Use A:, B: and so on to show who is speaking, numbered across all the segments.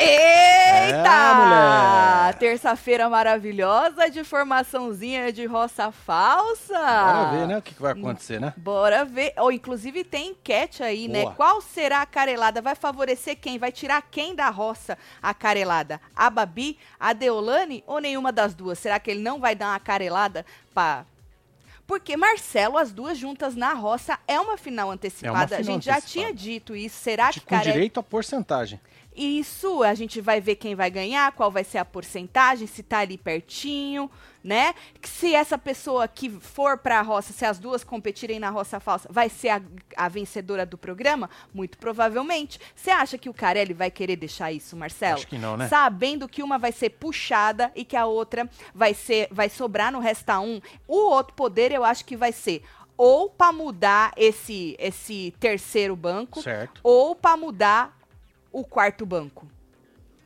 A: É,
B: terça-feira maravilhosa de formaçãozinha de roça falsa. Ah,
A: Bora ver, né? O que que vai acontecer, né?
B: Bora ver. Ou inclusive tem enquete aí, né?
A: Boa.
B: Qual será a carelada? Vai favorecer quem? Vai tirar quem da roça a carelada? A Babi, a Deolane ou nenhuma das duas? Será que ele não vai dar uma carelada pra. Porque Marcelo, as duas juntas na roça é uma final antecipada. a
A: final
B: gente já
A: antecipada.
B: tinha dito isso. Será que
A: Tipo, Com
B: Care-
A: direito à porcentagem.
B: isso, a gente vai ver quem vai ganhar, qual vai ser a porcentagem, se tá ali pertinho, né? Que se essa pessoa que for pra roça, se as duas competirem na roça falsa, vai ser a, a vencedora do programa? Muito provavelmente. Você acha que o Carelli vai querer deixar isso, Marcelo?
A: Acho que não, né?
B: Sabendo que uma vai ser puxada e que a outra vai ser vai sobrar no resta um. O outro poder eu acho que vai ser ou pra mudar esse esse terceiro banco
A: Certo.
B: ou para mudar o quarto banco.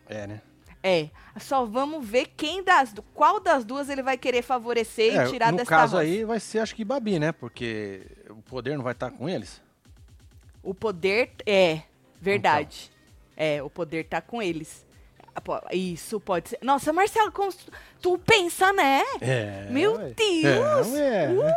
A: É, né?
B: É, só vamos ver quem das du- qual das duas ele vai querer favorecer
A: É,
B: e tirar
A: no
B: dessa
A: caso
B: roça.
A: aí vai ser, acho que Babi, né? Porque o poder não vai estar com eles.
B: O poder é verdade.
A: Então.
B: É, o poder tá com eles. Ah, pô, Isso pode ser. Nossa, Marcelo, como tu- tu pensa, né?
A: É.
B: Meu
A: ué.
B: Deus!
A: É, ué.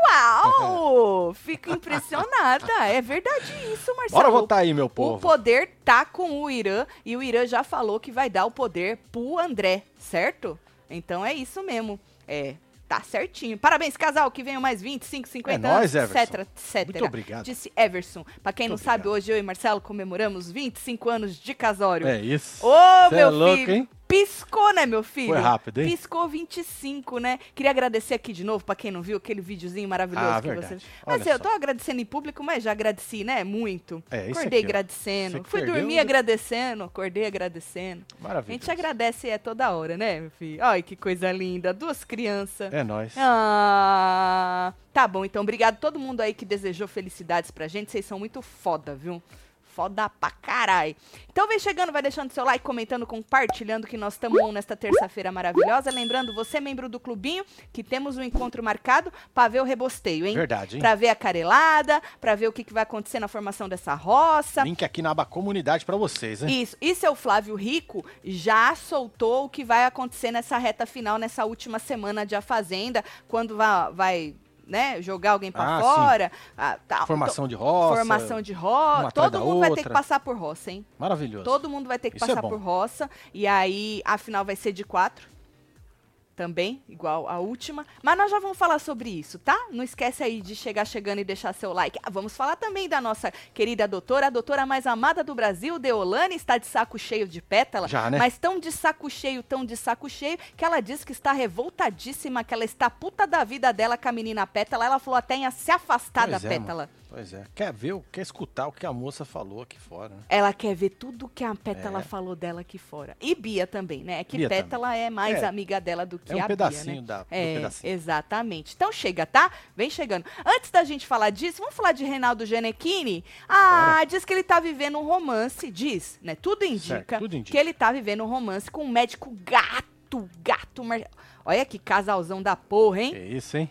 B: Uau! Fico impressionada. É verdade isso, Marcelo.
A: Bora votar aí, meu
B: é O
A: povo.
B: poder tá com o Irã e o Irã já falou que vai dar o poder pro André, certo? Então é isso mesmo. É, tá certinho. Parabéns, casal, que venham mais 25, 50
A: É nóis,
B: anos,
A: Everson.
B: etc, etc.
A: Muito obrigado.
B: Disse Everson. Pra quem não
A: Muito
B: sabe, hoje eu e Marcelo comemoramos 25 anos de casório.
A: É isso.
B: Ô,
A: Cê
B: meu
A: é louco,
B: filho,
A: hein?
B: piscou, né, meu filho?
A: Foi rápido, hein?
B: Piscou 25, né? Queria agradecer aqui de novo, pra quem não viu, aquele videozinho maravilhoso
A: Ah,
B: que
A: verdade.
B: vocês... Mas
A: Olha
B: eu tô agradecendo em público, mas já agradeci, né, muito.
A: É, isso
B: Acordei
A: aqui, ó. Isso
B: agradecendo,
A: aqui
B: fui
A: perdeu,
B: dormir
A: né? Tá
B: agradecendo, acordei agradecendo. A
A: Maravilha.
B: gente agradece é toda hora, né, meu filho? Ai, que coisa linda, duas crianças.
A: É nóis.
B: Ah, tá bom, então obrigado a todo mundo aí que desejou felicidades pra gente. Vocês são muito foda, viu? Foda pra carai. Então vem chegando, vai deixando seu like, comentando, compartilhando que nós estamos on nesta terça-feira maravilhosa. Lembrando, você membro do clubinho, que temos um encontro marcado pra ver o rebosteio, hein?
A: Verdade, hein?
B: Pra ver a carelada, pra ver o que, que vai acontecer na formação dessa roça.
A: Link aqui na aba comunidade pra vocês, hein?
B: Isso. E seu Flávio Rico já soltou o que vai acontecer nessa reta final, nessa última semana de A Fazenda, quando vai, vai, né, jogar alguém pra
A: Ah,
B: fora. Ah, tá.
A: Formação de
B: To-
A: roça.
B: Formação de roça.
A: uma atrás
B: Todo
A: da
B: mundo vai ter que
A: outra.
B: passar por roça, hein?
A: Maravilhoso.
B: Todo mundo vai ter que
A: Isso é
B: passar
A: bom.
B: por roça. E aí a final vai ser de quatro. Também, igual a última. Mas nós já vamos falar sobre isso, tá? Não esquece aí de chegar chegando e deixar seu like. Ah, vamos falar também da nossa querida doutora, a doutora mais amada do Brasil, Deolane, está de saco cheio de pétala.
A: Já, né?
B: Mas tão de saco cheio, tão de saco cheio, que ela diz que está revoltadíssima, que ela está puta da vida dela com a menina pétala. Ela falou até em se afastar
A: Pois
B: da
A: é,
B: pétala.
A: mano. Pois é. Quer ver, o- quer escutar o que a moça falou aqui fora, né?
B: Ela quer ver tudo que a Pétala
A: É.
B: falou dela aqui fora. E Bia também, né? É que
A: Bia
B: Pétala é mais
A: É.
B: amiga dela do que
A: É um
B: a
A: pedacinho
B: Bia, né?
A: da, do
B: É,
A: pedacinho.
B: exatamente. Então chega, tá? Vem chegando. Antes da gente falar disso, vamos falar de Reinaldo Genechini? Ah, diz que ele tá vivendo um romance, diz, né? Tudo indica,
A: Certo, tudo indica.
B: que ele tá vivendo um romance com um médico gato, gato. Mar... Olha que casalzão da porra, hein?
A: É isso, hein?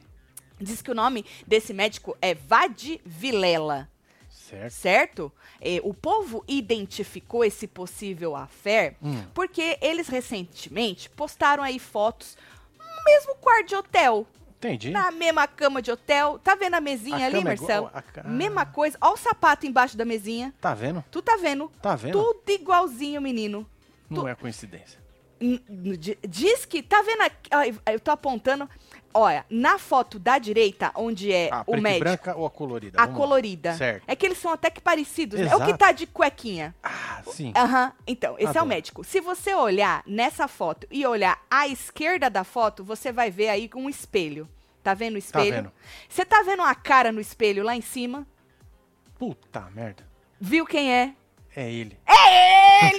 B: Diz que o nome desse médico é Vade Vilela
A: Certo.
B: certo? É, o povo identificou esse possível affair
A: Hum.
B: porque eles recentemente postaram aí fotos no mesmo quarto de hotel,
A: Entendi.
B: na mesma cama de hotel. Tá vendo a mesinha
A: A
B: ali,
A: cama é igual
B: Marcelo?
A: a ca-
B: Mesma coisa. Ó o sapato embaixo da mesinha.
A: Tá vendo?
B: Tu tá vendo?
A: Tá vendo?
B: Tudo igualzinho, menino.
A: Não é coincidência.
B: N- n- di- Diz que, tá vendo aqui? ó, Eu tô apontando. Olha, na foto da direita, onde é
A: A
B: o
A: preta Ah, e
B: médico,
A: branca ou a colorida?
B: a
A: Vamos lá.
B: colorida.
A: Certo.
B: É que eles são até que parecidos. né? É o que
A: Exato.
B: tá de cuequinha.
A: Ah, sim.
B: Aham, então, esse é o
A: Adoro.
B: médico. Se você olhar nessa foto e olhar à esquerda da foto, você vai ver aí um espelho. Tá vendo o
A: Tá
B: espelho?
A: vendo.
B: Você tá vendo a cara no espelho lá em cima?
A: Puta merda.
B: Viu quem é?
A: É ele.
B: É ele!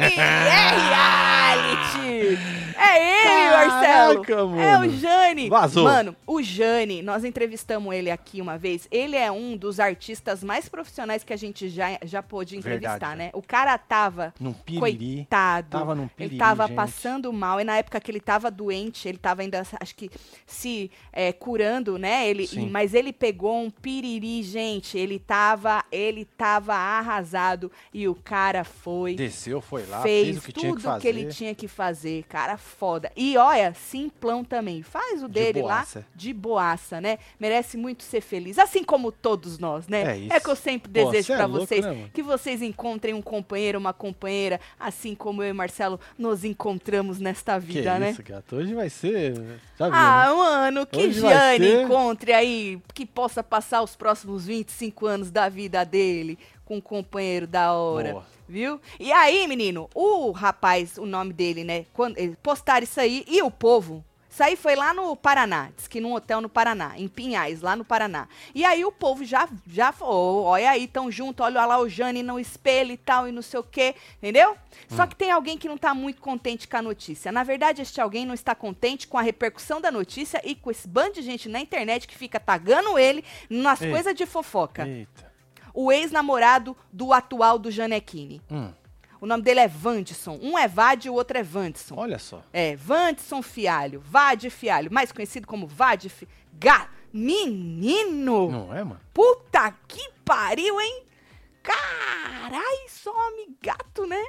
B: é reality! É ele, Marcelo!
A: Caraca, mano.
B: É o Jane.
A: Vazou.
B: Mano, o Jane, nós entrevistamos ele aqui uma vez. Ele é um dos artistas mais profissionais que a gente já, já pôde entrevistar,
A: Verdade,
B: né? O cara tava
A: Num piriri.
B: coitado.
A: Tava num piriri,
B: ele tava
A: gente.
B: passando mal, e na época que ele tava doente, ele tava ainda, acho que, se é, curando, né? Ele,
A: Sim.
B: e- mas ele pegou um piriri, gente. Ele tava, ele tava arrasado. E o cara foi.
A: Desceu, foi lá,
B: fez,
A: fez, o que
B: tudo
A: tinha que fazer.
B: ele tinha que fazer, cara, foda. E olha, simplão também. Faz o
A: De
B: dele lá
A: boaça.
B: de boaça, né? Merece muito ser feliz, assim como todos nós, né?
A: É isso.
B: que eu sempre
A: Pô,
B: desejo
A: cê é
B: pra
A: louco,
B: vocês
A: né, mano?
B: que vocês encontrem um companheiro, uma companheira, assim como eu e Marcelo nos encontramos nesta
A: Que
B: vida, né?
A: isso, gato. Hoje vai ser. Já viu, né?
B: Ah, mano, que
A: Hoje vai
B: Jane
A: ser-
B: encontre aí, que possa passar os próximos 25 anos da vida dele com um companheiro da hora,
A: Boa.
B: viu? E aí, menino, o rapaz, o nome dele, né, quando eh, postaram isso aí e o povo isso aí foi lá no Paraná, diz que num hotel no Paraná, em Pinhais, lá no Paraná. E aí o povo já, já falou, olha aí, tão junto, olha lá o Jane no espelho e tal, e não sei o quê, entendeu?
A: Hum.
B: Só que tem alguém que não tá muito contente com a notícia. Na verdade, este alguém não está contente com a repercussão da notícia e com esse bando de gente na internet que fica tagando ele nas
A: Ei.
B: coisas de fofoca.
A: Eita.
B: O ex-namorado do atual do Janequine.
A: Hum,
B: O nome dele é Vandson. Um é Vade e o outro é Vandson.
A: olha só.
B: É, Vandson Fialho, Vade Fialho, mais conhecido como Vade Fi... Ga... Menino!
A: Não é, mano?
B: Puta que pariu, hein? Carai, só homem gato, né?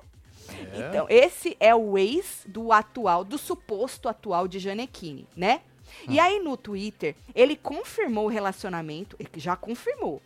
A: É.
B: Então, esse é o ex do atual, do suposto atual de Janequine, né?
A: Hum.
B: E aí no Twitter, ele confirmou o relacionamento, ele já confirmou.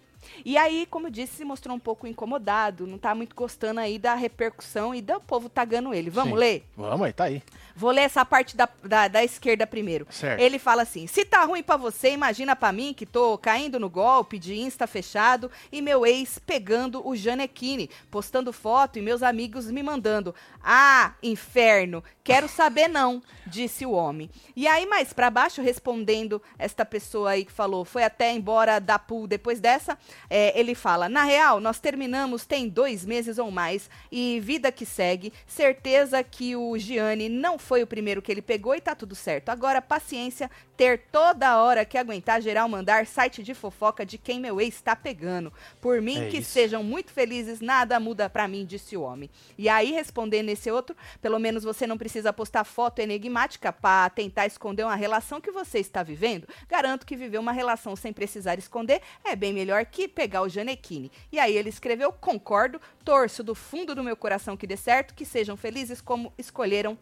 B: E aí, como eu disse, se mostrou um pouco incomodado, não tá muito gostando aí da repercussão e do povo tagando ele. Vamos
A: Sim.
B: ler?
A: Vamos aí, tá aí.
B: Vou ler essa parte da, da, da esquerda primeiro.
A: Certo.
B: Ele fala assim: se tá ruim pra você, imagina pra mim que tô caindo no golpe de Insta fechado e meu ex pegando o Janequine, postando foto e meus amigos me mandando. Ah, inferno, quero saber não, disse o homem. E aí, mais pra baixo, respondendo esta pessoa aí que falou, foi até embora da pool depois dessa, é, ele fala: na real, nós terminamos tem dois meses ou mais e vida que segue, certeza que o Gianni não foi o primeiro que ele pegou e tá tudo certo. Agora, paciência, ter toda hora que aguentar geral mandar site de fofoca de quem meu ex tá pegando. Por mim,
A: É
B: que
A: isso.
B: sejam muito felizes, nada muda pra mim, disse o homem. E aí, respondendo esse outro, pelo menos você não precisa postar foto enigmática pra tentar esconder uma relação que você está vivendo. Garanto que viver uma relação sem precisar esconder é bem melhor que pegar o Janequine. E aí ele escreveu: concordo, torço do fundo do meu coração que dê certo, que sejam felizes como escolheram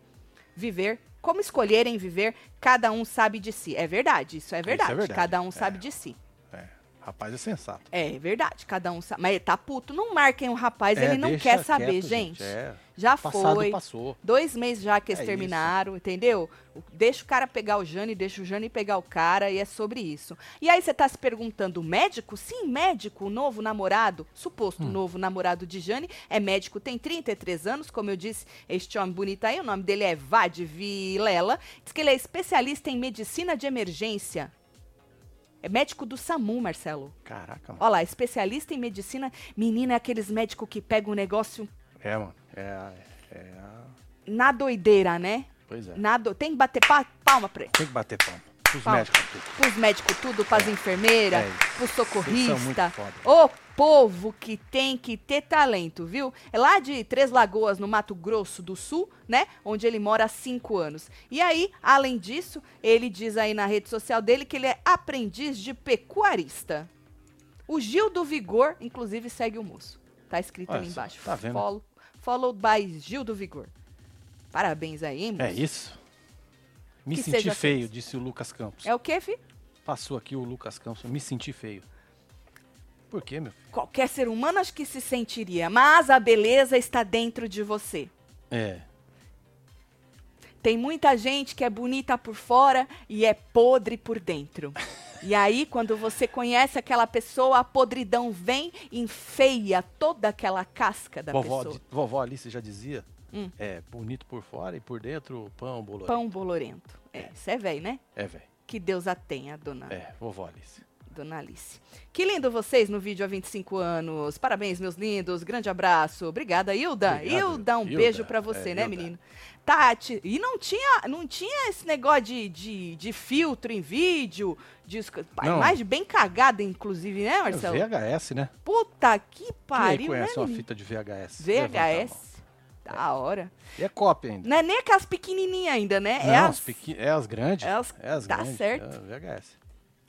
B: viver. Como escolherem viver, cada um sabe de si. É verdade, isso é verdade.
A: verdade,
B: Cada um
A: é.
B: sabe de si.
A: É, rapaz é sensato.
B: É verdade, cada um sabe. Mas ele tá puto. Não marquem o rapaz,
A: É,
B: ele não
A: deixa
B: quer saber,
A: quieto,
B: gente.
A: É.
B: Já
A: Passado
B: foi.
A: passou.
B: Dois meses já que eles
A: É isso.
B: terminaram, entendeu? O- Deixa o cara pegar o Jane, deixa o Jane pegar o cara, e é sobre isso. E aí você tá se perguntando, médico? Sim, médico, o novo namorado, suposto
A: Hum.
B: novo namorado de Jane, é médico, tem 33 anos, como eu disse, este homem bonito aí, o nome dele é Vad Vilela, diz que ele é especialista em medicina de emergência. É médico do SAMU, Marcelo.
A: Caraca, mano.
B: Olha lá, especialista em medicina. Menina é aqueles médicos que pegam o negócio
A: É, mano. É, a- é a-
B: na doideira, né?
A: Pois é.
B: Nada, tem que bater pa- palma pra,
A: Tem que bater palma. Os
B: Palma.
A: médicos. tudo.
B: pros médicos tudo, pras enfermeiras,
A: É isso.
B: pros
A: Vocês são muito
B: socorristas.
A: foda.
B: O povo que tem que ter talento, viu? É lá de Três Lagoas, no Mato Grosso do Sul, né? Onde ele mora há cinco anos. E aí, além disso, ele diz aí na rede social dele que ele é aprendiz de pecuarista. O Gil do Vigor, inclusive, segue o moço. Tá escrito
A: Olha
B: ali
A: só,
B: embaixo.
A: tá vendo?
B: Follow, followed by Gil do Vigor. Parabéns aí, hein, moço?
A: É isso. Me
B: Que
A: senti
B: seja
A: feio,
B: feliz.
A: disse o Lucas Campos.
B: É o quê, fi?
A: Passou aqui o Lucas Campos. Me senti feio. Por quê, meu filho?
B: Qualquer ser humano acho que se sentiria, mas a beleza está dentro de você.
A: É.
B: Tem muita gente que é bonita por fora e é podre por dentro. E aí, quando você conhece aquela pessoa, a podridão vem e enfeia toda aquela casca da
A: Vovó,
B: pessoa.
A: di- vovó Alice já dizia.
B: Hum.
A: É, bonito por fora e por dentro, pão, bolo.
B: Pão bolorento. É, isso é velho, né?
A: É, velho.
B: Que Deus a tenha, dona,
A: É, vovó Alice.
B: dona Alice. Que lindo vocês no vídeo há 25 anos. Parabéns, meus lindos. Grande abraço. Obrigada, Hilda.
A: Obrigado,
B: Hilda, um
A: Hilda.
B: beijo pra
A: É,
B: você, né,
A: Hilda.
B: menino? Tati, e não tinha, não tinha esse negócio de, de, de filtro em vídeo, de, esco- a
A: Não.
B: imagem bem cagada, inclusive, né,
A: É
B: Marcelo?
A: VHS, né?
B: Puta que
A: Quem aí
B: pariu, né,
A: conhece uma
B: menino?
A: fita de VHS? Levanta a mão.
B: VHS. Da hora.
A: E é cópia ainda.
B: Não é nem aquelas pequenininhas ainda, né?
A: Não,
B: é
A: as
B: as...
A: pequi- é as grandes.
B: é as-
A: É as
B: tá
A: grandes.
B: certo.
A: É VHS.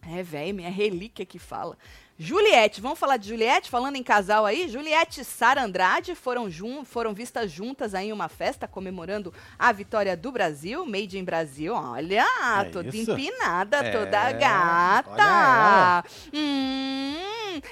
B: É, velho, minha relíquia que fala. Juliette, vamos falar de Juliette? Falando em casal aí, Juliette e Sara Andrade foram, jun foram vistas juntas aí em uma festa comemorando a vitória do Brasil, Made in Brasil. Olha,
A: É
B: toda
A: isso?
B: empinada,
A: É,
B: toda
A: olha
B: gata.
A: ela.
B: Hum,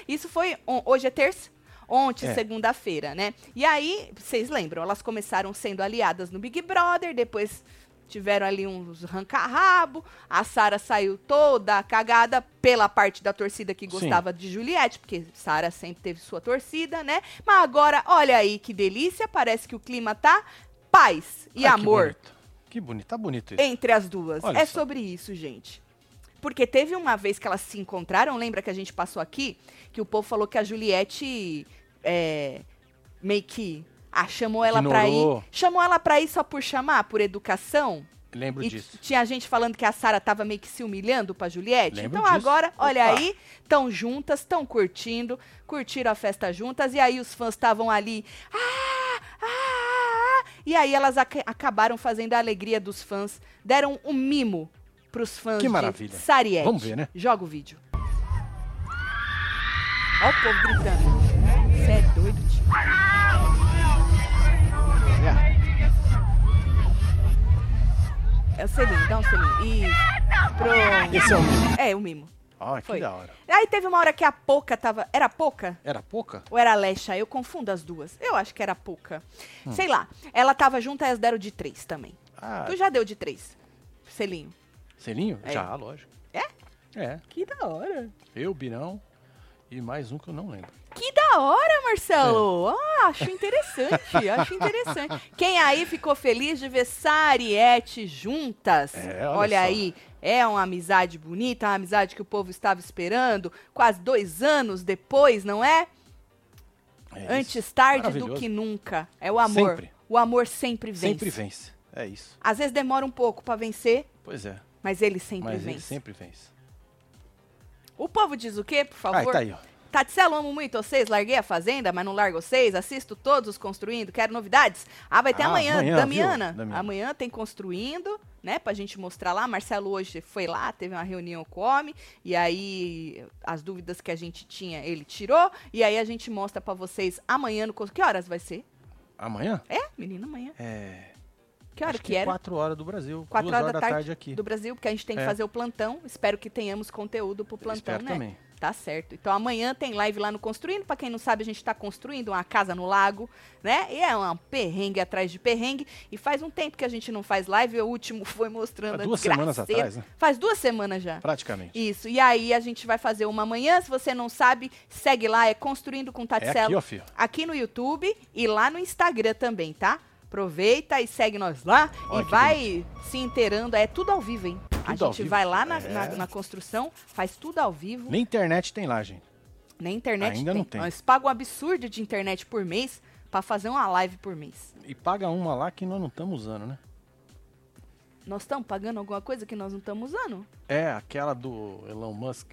B: isso foi. on- Hoje é terça? Ontem,
A: É.
B: segunda-feira, né? E aí, vocês lembram, elas começaram sendo aliadas no Big Brother, depois tiveram ali uns rancarrabo, a Sara saiu toda cagada pela parte da torcida que
A: Sim.
B: gostava de Juliette, porque Sara sempre teve sua torcida, né? Mas agora, olha aí que delícia, parece que o clima tá paz e
A: Ai,
B: amor
A: Que bonito. que bonito, tá bonito isso.
B: entre as duas.
A: Olha
B: é
A: só.
B: sobre isso, gente. Porque teve uma vez que elas se encontraram, lembra que a gente passou aqui? Que o povo falou que a Juliette é, meio que ah, chamou ela pra
A: Ignorou.
B: ir. Chamou ela pra ir só por chamar, por educação.
A: Lembro
B: E
A: disso.
B: tinha gente falando que a Sara tava meio que se humilhando pra Juliette.
A: Lembro
B: então
A: disso.
B: agora, olha
A: Opa.
B: aí, estão juntas, estão curtindo, curtiram a festa juntas. E aí os fãs estavam ali. "Ah, ah, ah", e aí elas aca- acabaram fazendo a alegria dos fãs, deram um mimo pros fãs
A: Que
B: de
A: maravilha.
B: Sariette.
A: Vamos ver, né?
B: Joga o vídeo. Ó o povo gritando. Você é doido, tio.
A: Olha,
B: É o selinho, dá um selinho. Isso. Pronto.
A: Esse é o mimo.
B: É, o mimo.
A: Olha,
B: Foi.
A: que da hora.
B: Aí teve uma hora que a Poca tava. Era Poca?
A: Era pouca?
B: Ou era Lesha? Eu confundo as duas. Eu acho que era Poca. Sei lá. Ela tava junto, aí elas deram de três também.
A: Hum. Ah,
B: Tu já deu de três, selinho.
A: selinho?
B: É.
A: Já, lógico. É? É.
B: Que da hora.
A: Eu, Birão e mais um que eu não lembro.
B: Que da hora,
A: É.
B: Marcelo! Ah, acho interessante, acho interessante. Quem aí ficou feliz de ver Sariette juntas?
A: É, olha só.
B: aí, é uma amizade bonita, uma amizade que o povo estava esperando, quase dois anos depois, não é?
A: É isso.
B: Antes tarde do
A: Maravilhoso.
B: que nunca. É o amor.
A: Sempre.
B: O amor sempre vence.
A: Sempre vence. É isso.
B: Às vezes demora um pouco pra vencer,
A: Pois é.
B: mas ele sempre
A: Mas ele
B: vence.
A: sempre vence.
B: O povo diz o quê, por
A: Ah,
B: favor?
A: tá aí, ó.
B: Tatielo, amo muito vocês. Larguei a Fazenda, mas não largo vocês. Assisto todos os Construindo. Quero novidades. Ah, vai ter
A: Ah,
B: amanhã,
A: amanhã,
B: Damiana.
A: viu, Damiana?
B: Amanhã tem Construindo, né? Pra gente mostrar lá. Marcelo hoje foi lá, teve uma reunião com o homem. E aí, as dúvidas que a gente tinha, ele tirou. E aí, a gente mostra pra vocês amanhã no Construindo. Que horas vai ser?
A: Amanhã?
B: É, menina, amanhã.
A: É.
B: Que hora
A: acho é
B: que, era?
A: 4 horas do Brasil.
B: Quatro
A: 4 horas da tarde, aqui.
B: Do Brasil, porque a gente tem que
A: É.
B: fazer o plantão. Espero que tenhamos conteúdo pro plantão,
A: Espero
B: né?
A: também.
B: Tá certo. Então amanhã tem live lá no Construindo. Pra quem não sabe, a gente tá construindo uma casa no lago, né? E é um perrengue atrás de perrengue. E faz um tempo que a gente não faz live. O último foi mostrando
A: Há
B: a
A: duas semanas
B: desgraceira.
A: atrás, né?
B: Faz duas semanas já.
A: Praticamente.
B: Isso. E aí a gente vai fazer uma amanhã. Se você não sabe, segue lá. É Construindo com
A: É aqui,
B: Tatselo.
A: ó, filho.
B: aqui no YouTube e lá no Instagram também, tá? Aproveita e segue nós lá
A: Olha
B: e
A: que
B: vai se inteirando. É tudo ao vivo, hein? a
A: Tudo ao
B: gente
A: vivo.
B: vai lá na,
A: É.
B: na- na construção, faz tudo ao vivo.
A: Nem internet tem lá, gente.
B: Nem internet
A: Ainda
B: tem.
A: não tem.
B: Nós pagam um absurdo de internet por mês pra fazer uma live por mês.
A: E paga uma lá que nós não estamos usando, né?
B: Nós estamos pagando alguma coisa que nós não estamos usando?
A: É aquela do Elon Musk.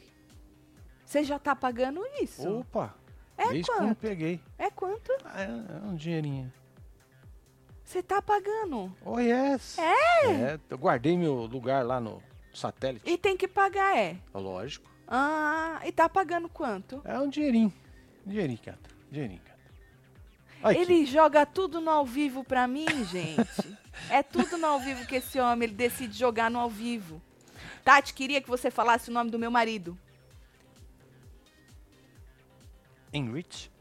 B: Você já tá pagando isso?
A: Opa!
B: É
A: desde que eu não
B: quanto?
A: peguei.
B: É quanto?
A: Ah, É é um dinheirinho.
B: Você tá pagando.
A: Oh, yes! É? Eu guardei meu lugar lá no satélite.
B: E tem que pagar, é.
A: Lógico.
B: Ah, e tá pagando quanto?
A: É um dinheirinho. Dinheirinho, Cata. Dinheirinho, Cata. Olha aqui.
B: Ele joga tudo no ao vivo pra mim, gente. é tudo no ao vivo que esse homem ele decide jogar no ao vivo. Tati, queria que você falasse o nome do meu marido.
A: Enrich.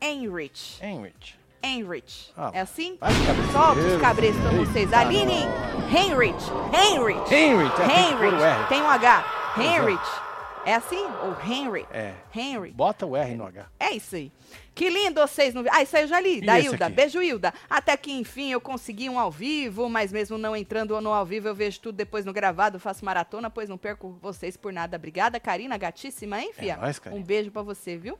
B: Enrich.
A: Enrich.
B: Enrich.
A: Ah,
B: é assim?
A: Vai, cabeça.
B: Solta os cabreços pra vocês.
A: Eita,
B: Aline Henrich. Henrich.
A: Henrich. é, tem que pôr o
B: Henrich.
A: R.
B: Tem um H. Henrich. É assim? Ou Henry?
A: É.
B: Henry.
A: Bota o R no H.
B: É isso aí. Que lindo vocês não Ah, isso aí eu já li,
A: E
B: da
A: esse
B: Hilda.
A: aqui?
B: Beijo, Hilda. Até que enfim eu consegui um ao vivo, mas mesmo não entrando no ao vivo, eu vejo tudo depois no gravado, faço maratona, pois não perco vocês por nada. Obrigada, Karina, gatíssima, hein, fia?
A: É nóis, Karina.
B: um beijo pra você, viu?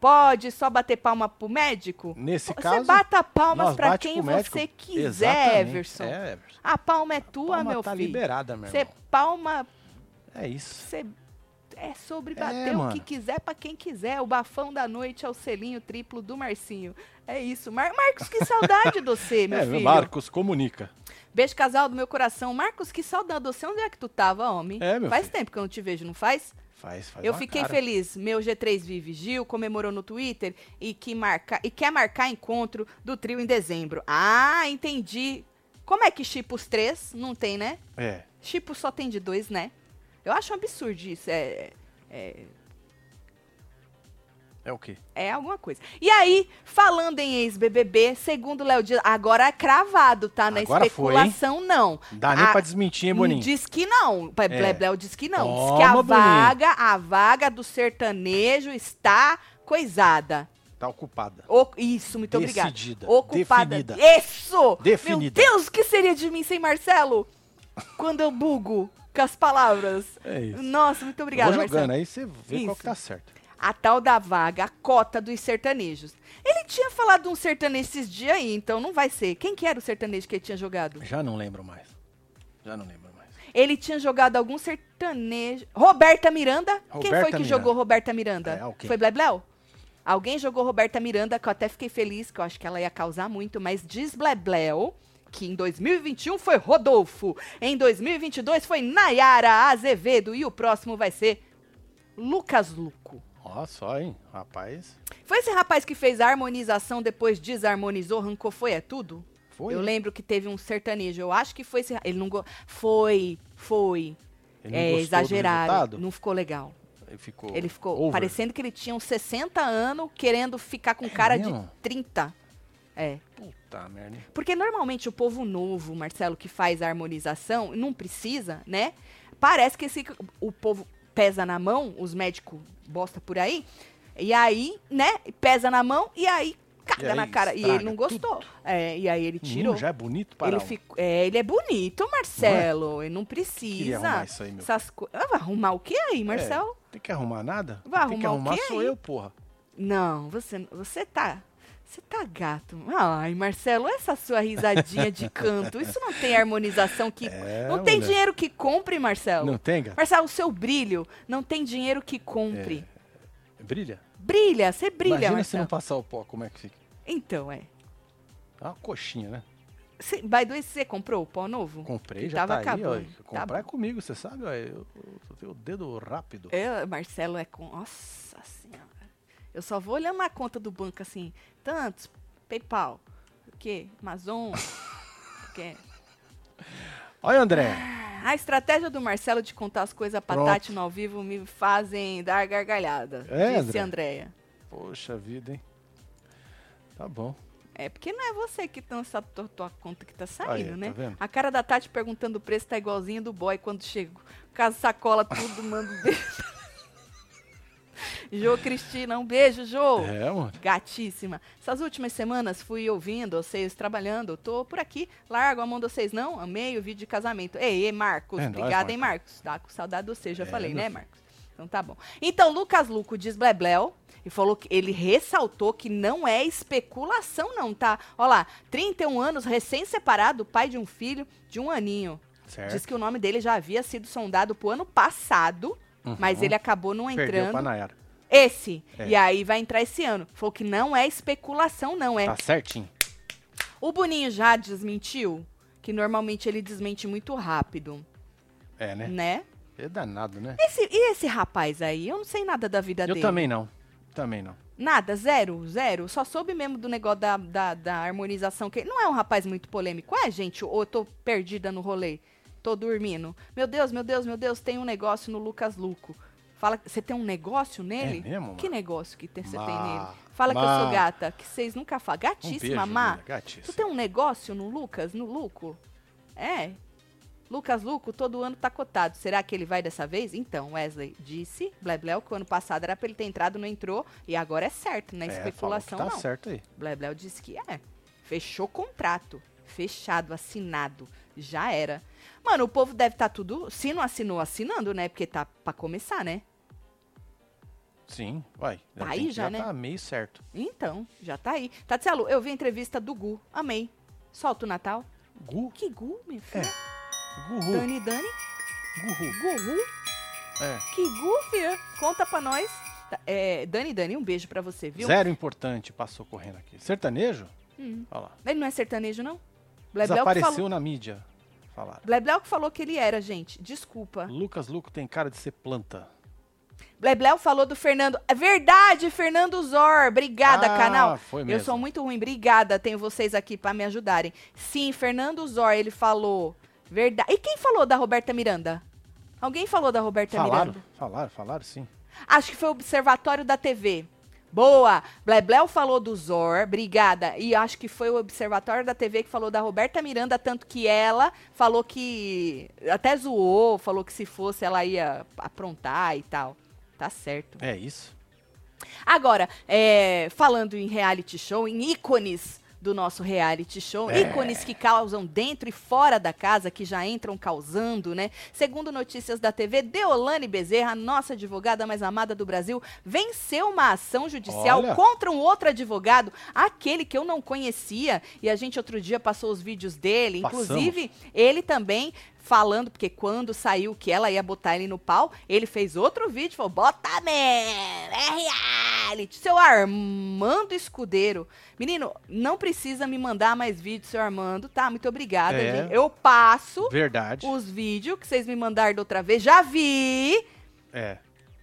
B: Pode só bater palma pro médico?
A: Nesse
B: Você
A: caso,
B: bata palmas
A: nós
B: pra
A: bate
B: quem
A: pro médico.
B: você quiser,
A: Exatamente.
B: Everson.
A: É, Everson.
B: A palma é tua,
A: Palma
B: meu
A: tá
B: filho.
A: liberada, meu
B: Você
A: irmão.
B: palma,
A: É isso.
B: você É sobre
A: É,
B: bater o
A: mano.
B: que quiser pra quem quiser. O bafão da noite é o selinho triplo do Marcinho. É isso. Mar Marcos, que saudade de você, meu
A: é,
B: filho.
A: Marcos comunica.
B: Beijo, casal do meu coração. Marcos, que saudade de você. Onde é que tu tava, homem?
A: É, meu
B: faz
A: filho.
B: tempo que eu não te vejo, não faz?
A: Faz, faz
B: eu
A: uma
B: fiquei
A: cara.
B: feliz. Meu G3 Vive Gil comemorou no Twitter e, que marca, e quer marcar encontro do trio em dezembro. Ah, entendi. Como é que chipa os três? Não tem, né?
A: É.
B: Chipo só tem de dois, né? Eu acho um absurdo isso. É, é,
A: É o quê?
B: é alguma coisa. E aí, falando em ex-BBB, segundo Léo Dias, agora é cravado, tá? Na
A: Agora foi, hein?
B: especulação, não.
A: Dá nem
B: Ah,
A: pra desmentir, hein, Boninho?
B: Diz que não. Ble-
A: É.
B: Ble- Léo diz que não. diz
A: Toma,
B: que a
A: Boninho.
B: vaga, a vaga do sertanejo está coisada.
A: Tá ocupada.
B: O- isso, muito obrigada.
A: Decidida.
B: Ocupada.
A: Definida.
B: Isso! Meu
A: Definida.
B: Deus, o que seria de mim sem Marcelo? Quando eu bugo com as palavras.
A: É isso.
B: Nossa, muito obrigada,
A: Vou jogando,
B: Marcelo.
A: aí você vê qual
B: Isso.
A: que tá certo.
B: A tal da vaga, a cota dos sertanejos. Ele tinha falado de um sertanejo esses dias aí, então não vai ser. Quem que era o sertanejo que ele tinha jogado?
A: Já não lembro mais. Já não lembro mais.
B: Ele tinha jogado algum sertanejo. Roberta Miranda? Quem foi
A: Roberta
B: que
A: Miranda.
B: jogou Roberta Miranda?
A: É, alguém.
B: Foi Blebleu? Alguém jogou Roberta Miranda, que eu até fiquei feliz, que eu acho que ela ia causar muito, mas diz Blebleu que em 2021 foi Rodolfo, em 2022 foi Nayara Azevedo e o próximo vai ser Lucas Luco.
A: Ó, só, hein? Rapaz.
B: Foi esse rapaz que fez a harmonização, depois desarmonizou, arrancou, foi, é tudo?
A: Foi. né?
B: Eu lembro que teve um sertanejo, eu acho que foi esse. ra- Ele não. Go... Foi, foi.
A: Ele não
B: é,
A: gostou do
B: exagerado.
A: resultado?
B: Não ficou legal.
A: Ele ficou.
B: Ele ficou
A: over.
B: parecendo que ele tinha uns 60 anos querendo ficar com cara de
A: mesmo?
B: 30. É.
A: Puta merda. hein?
B: Porque normalmente o povo novo, Marcelo, que faz a harmonização, não precisa, né? Parece que esse, o povo pesa na mão, os médicos bosta por aí, e aí, né? Pesa na mão e aí caga
A: E aí
B: na cara. E ele
A: estraga
B: não gostou. É, e aí ele tirou.
A: Menino já é bonito para
B: Ele,
A: um.
B: ficou- é, ele é bonito, Marcelo. Ele não
A: Queria
B: precisa.
A: arrumar isso aí, meu. É.
B: Essas co... ah, vai arrumar o que aí, Marcelo?
A: Tem que arrumar nada?
B: Vai
A: Tem que
B: arrumar o
A: arrumar
B: quê
A: sou
B: aí?
A: eu, porra.
B: Não, você, você tá. Você tá gato. Ai, Marcelo, essa sua risadinha de canto. Isso não tem harmonização que.
A: É,
B: não tem
A: mulher.
B: dinheiro que compre, Marcelo.
A: Não tem, gata?
B: Marcelo, É o seu brilho não tem dinheiro que compre.
A: Brilha?
B: Brilha, você brilha,
A: É. Imagina se
B: Marcelo.
A: não passar o pó, como é que fica?
B: Então, é.
A: É uma coxinha, né?
B: Cê, by the way, você comprou o pó novo?
A: Comprei,
B: Que
A: já
B: tava
A: tá aí, ó.
B: acabando.
A: Comprar
B: Tá
A: é comigo, você sabe, ó. Eu, eu tenho o dedo rápido.
B: Eu, Marcelo é com. Nossa senhora. Eu só vou olhando na conta do banco assim. Tantos, PayPal, o quê? Amazon. o quê?
A: Olha, André.
B: A estratégia do Marcelo de contar as coisas pra
A: Pronto.
B: Tati no ao vivo me fazem dar gargalhada.
A: É,
B: disse
A: André?
B: a Andréia.
A: Poxa vida, hein? Tá bom.
B: É porque não é você que tá nessa tua, tua conta que tá saindo,
A: Aí,
B: né?
A: tá vendo?
B: A cara da Tati perguntando o preço tá igualzinha do boy quando chego. Caso sacola tudo, mando beijo. Jô Cristina, um beijo, Jô.
A: É, mano.
B: Gatíssima. Essas últimas semanas fui ouvindo vocês trabalhando. Tô por aqui. Largo a mão de vocês, não? Amei o vídeo de casamento. Ei, ei, Marcos.
A: É nóis,
B: Obrigada, hein, Marcos. Tá com saudade de você, já
A: É,
B: falei,
A: meu
B: né,
A: filho.
B: Marcos? Então tá bom. Então, Lucas Luco diz Blebleu e falou que ele ressaltou que não é especulação, não, tá? Olha lá, 31 anos, recém-separado, pai de um filho de um aninho.
A: Certo.
B: Diz que o nome dele já havia sido sondado pro ano passado,
A: Uhum.
B: mas ele acabou não
A: Perdeu
B: Tá entrando.
A: pra Nayara.
B: Esse.
A: É.
B: E aí vai entrar esse ano. Falou que não é especulação, não é.
A: Tá certinho.
B: O Boninho já desmentiu, que normalmente ele desmente muito rápido,
A: É, né?
B: né?
A: É danado, né?
B: Esse- e esse rapaz aí? Eu não sei nada da vida
A: Eu
B: dele.
A: também não. Também não.
B: Nada, zero, zero. Só soube mesmo do negócio da, da, da harmonização. que Não é um rapaz muito polêmico, é, gente? Ou eu tô perdida no rolê? Tô dormindo. Meu Deus, meu Deus, meu Deus, tem um negócio no Lucas Luco. Fala, você tem um negócio nele?
A: É mesmo,
B: que
A: Má?
B: negócio que tem- você
A: Má,
B: tem nele? Fala que eu
A: má.
B: sou gata, que vocês nunca falam.
A: Um
B: Gatíssima,
A: beijo,
B: má.
A: linda,
B: Tu
A: Gatíssima.
B: tem um negócio no Lucas, no Luco? É. Lucas Luco todo ano tá cotado. Será que ele vai dessa vez? Então, Wesley disse, Blebleu, que o ano passado era pra ele ter entrado, não entrou, e agora é certo, não é,
A: É, falou que
B: especulação,
A: tá
B: não.
A: certo aí.
B: Blebleu disse que é. Fechou contrato. Fechado, assinado. Já era. Mano, o povo deve tá tudo. Se não assinou, assinando, né? Porque tá pra começar, né?
A: Sim, vai.
B: Tá
A: Tem
B: aí
A: que
B: já, né?
A: Tá meio certo.
B: Então, já tá aí. Tatielo, eu vi a entrevista do Gu. Amei. Solta o Natal.
A: Gu, É,
B: Que Gu, meu filho?
A: Guhu,
B: Dani, Dani.
A: Guhu.
B: Gugu?
A: É.
B: Que goofy, é? Conta pra nós. Tá, é, Dani, Dani, um beijo pra você, viu?
A: Zero importante passou correndo aqui. Sertanejo? Olha lá.
B: Ele não é sertanejo, não? Blebleu é que
A: Desapareceu
B: falou,
A: na mídia. Falaram.
B: Blebleu que falou que ele era, gente. Desculpa.
A: Lucas Luco tem cara de ser planta.
B: Blebleu falou do Fernando. É verdade, Fernando Zor. Obrigada,
A: Ah,
B: canal.
A: foi
B: Eu
A: mesmo.
B: sou muito ruim. Obrigada. Tenho vocês aqui pra me ajudarem. Sim, Fernando Zor, ele falou. Verdade. E quem falou da Roberta Miranda? Alguém falou da Roberta
A: Falaram,
B: Miranda?
A: falaram, falaram sim.
B: Acho que foi o Observatório da TV. Boa! Blebleu falou do Zor, obrigada. E acho que foi o Observatório da TV que falou da Roberta Miranda, tanto que ela falou que. Até zoou, falou que se fosse ela ia aprontar e tal. Tá certo.
A: É isso.
B: Agora, é, falando em reality show, em ícones do nosso reality show, ícones que causam dentro e fora da casa, que já entram causando, né? Segundo notícias da TV, Deolane Bezerra, nossa advogada mais amada do Brasil, venceu uma ação judicial
A: Olha.
B: contra um outro advogado, aquele que eu não conhecia, e a gente outro dia passou os vídeos dele,
A: Passamos.
B: inclusive ele também falando, porque quando saiu que ela ia botar ele no pau, ele fez outro vídeo, falou, bota mesmo, é reality. Seu Armando Escudeiro. Menino, não precisa me mandar mais vídeo, seu Armando, tá? Muito obrigada,
A: É.
B: gente. Eu passo
A: Verdade.
B: os vídeos que vocês me mandaram da outra vez, já vi.
A: É.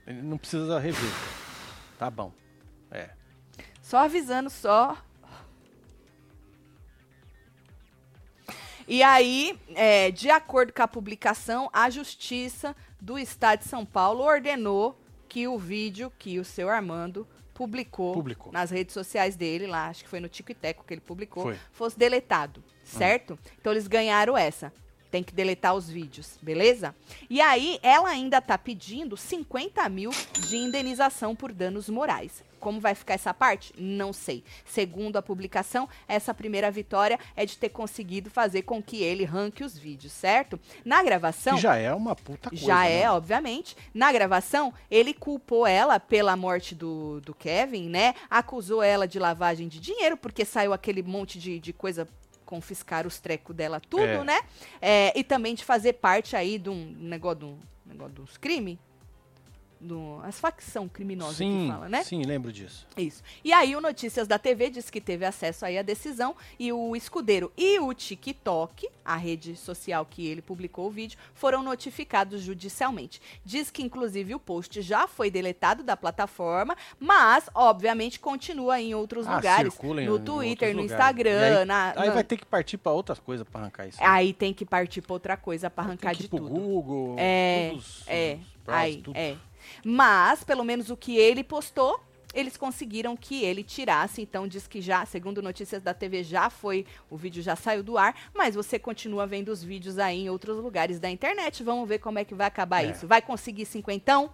A: Ele não precisa rever. Tá bom. É.
B: Só avisando, só. E aí, é, de acordo com a publicação, a Justiça do Estado de São Paulo ordenou que o vídeo que o seu Armando publicou,
A: Publicou.
B: nas redes sociais dele, lá, acho que foi no Tico e Teco que ele publicou,
A: Foi. Uhum.
B: fosse deletado, certo? Então eles ganharam essa. Tem que deletar os vídeos, beleza? E aí, ela ainda tá pedindo 50 mil de indenização por danos morais. Como vai ficar essa parte? Não sei. Segundo a publicação, essa primeira vitória é de ter conseguido fazer com que ele ranque os vídeos, certo? Na gravação.
A: que já é uma puta coisa.
B: Então, Já é,
A: né?
B: obviamente. Na gravação, ele culpou ela pela morte do, do Kevin, né? Acusou ela de lavagem de dinheiro, porque saiu aquele monte de, de coisa confiscar os trecos dela, tudo,
A: É.
B: né? É, e também de fazer parte aí de um negócio, de um, negócio dos crimes. Do, um, as facção criminosa
A: Sim,
B: que fala, né?
A: sim, lembro disso.
B: Isso. E aí o Notícias da TV disse que teve acesso aí à decisão e o escudeiro e o TikTok, a rede social que ele publicou o vídeo, foram notificados judicialmente. Diz que inclusive o post já foi deletado da plataforma, mas obviamente continua em outros
A: Ah,
B: lugares,
A: circula em
B: no
A: outros
B: Twitter, no
A: lugares.
B: Instagram,
A: E aí-
B: na-
A: Aí
B: na-
A: vai ter que partir pra outras coisas pra arrancar isso. né?
B: Aí tem que partir pra outra coisa pra arrancar
A: Tem que ir
B: Ah, de
A: pro
B: tudo.
A: Google,
B: É,
A: todos os-
B: é,
A: os browsers,
B: Aí,
A: tudo.
B: é. Mas, pelo menos o que ele postou, eles conseguiram que ele tirasse. Então, diz que já, segundo notícias da TV, já foi, o vídeo já saiu do ar, mas você continua vendo os vídeos aí em outros lugares da internet. Vamos ver como é que vai acabar
A: É.
B: isso. Vai conseguir cinquentão?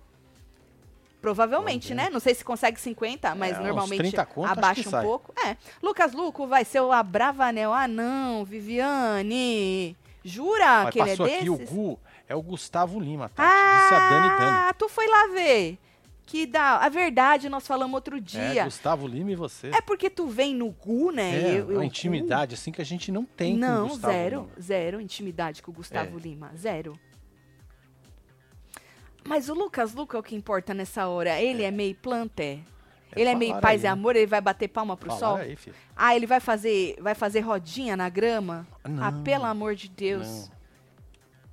B: Provavelmente,
A: Vamos
B: né? Não sei se consegue 50, mas
A: É, uns
B: normalmente
A: 30 conto, acho
B: abaixa
A: que
B: um
A: sai.
B: pouco. É. Lucas Luco vai ser o Abravanel. Ah, não, Viviane. Jura
A: Mas
B: que ele é
A: passou
B: desses?
A: aqui o Gu, é o Gustavo Lima, tá? Disse a Dani Dani.
B: Ah, tu foi lá ver. Que dá. A verdade, nós falamos outro
A: É,
B: dia.
A: Gustavo Lima e você.
B: É, porque tu vem no Gu, né?
A: É,
B: Eu- eu-
A: uma intimidade assim que a gente não tem com
B: Não,
A: o Gustavo
B: zero.
A: Lima. É.
B: Zero intimidade com o Gustavo Lima. Zero. Mas o Lucas Luca é o que importa nessa hora. Ele é, meio planta. é? ele é meio
A: falaram
B: paz
A: aí,
B: e
A: né?
B: amor, ele vai bater palma pro sol.
A: Falaram aí, filho.
B: Ah, ele vai fazer, vai fazer rodinha na grama? ah,
A: Não,
B: pelo amor de Deus.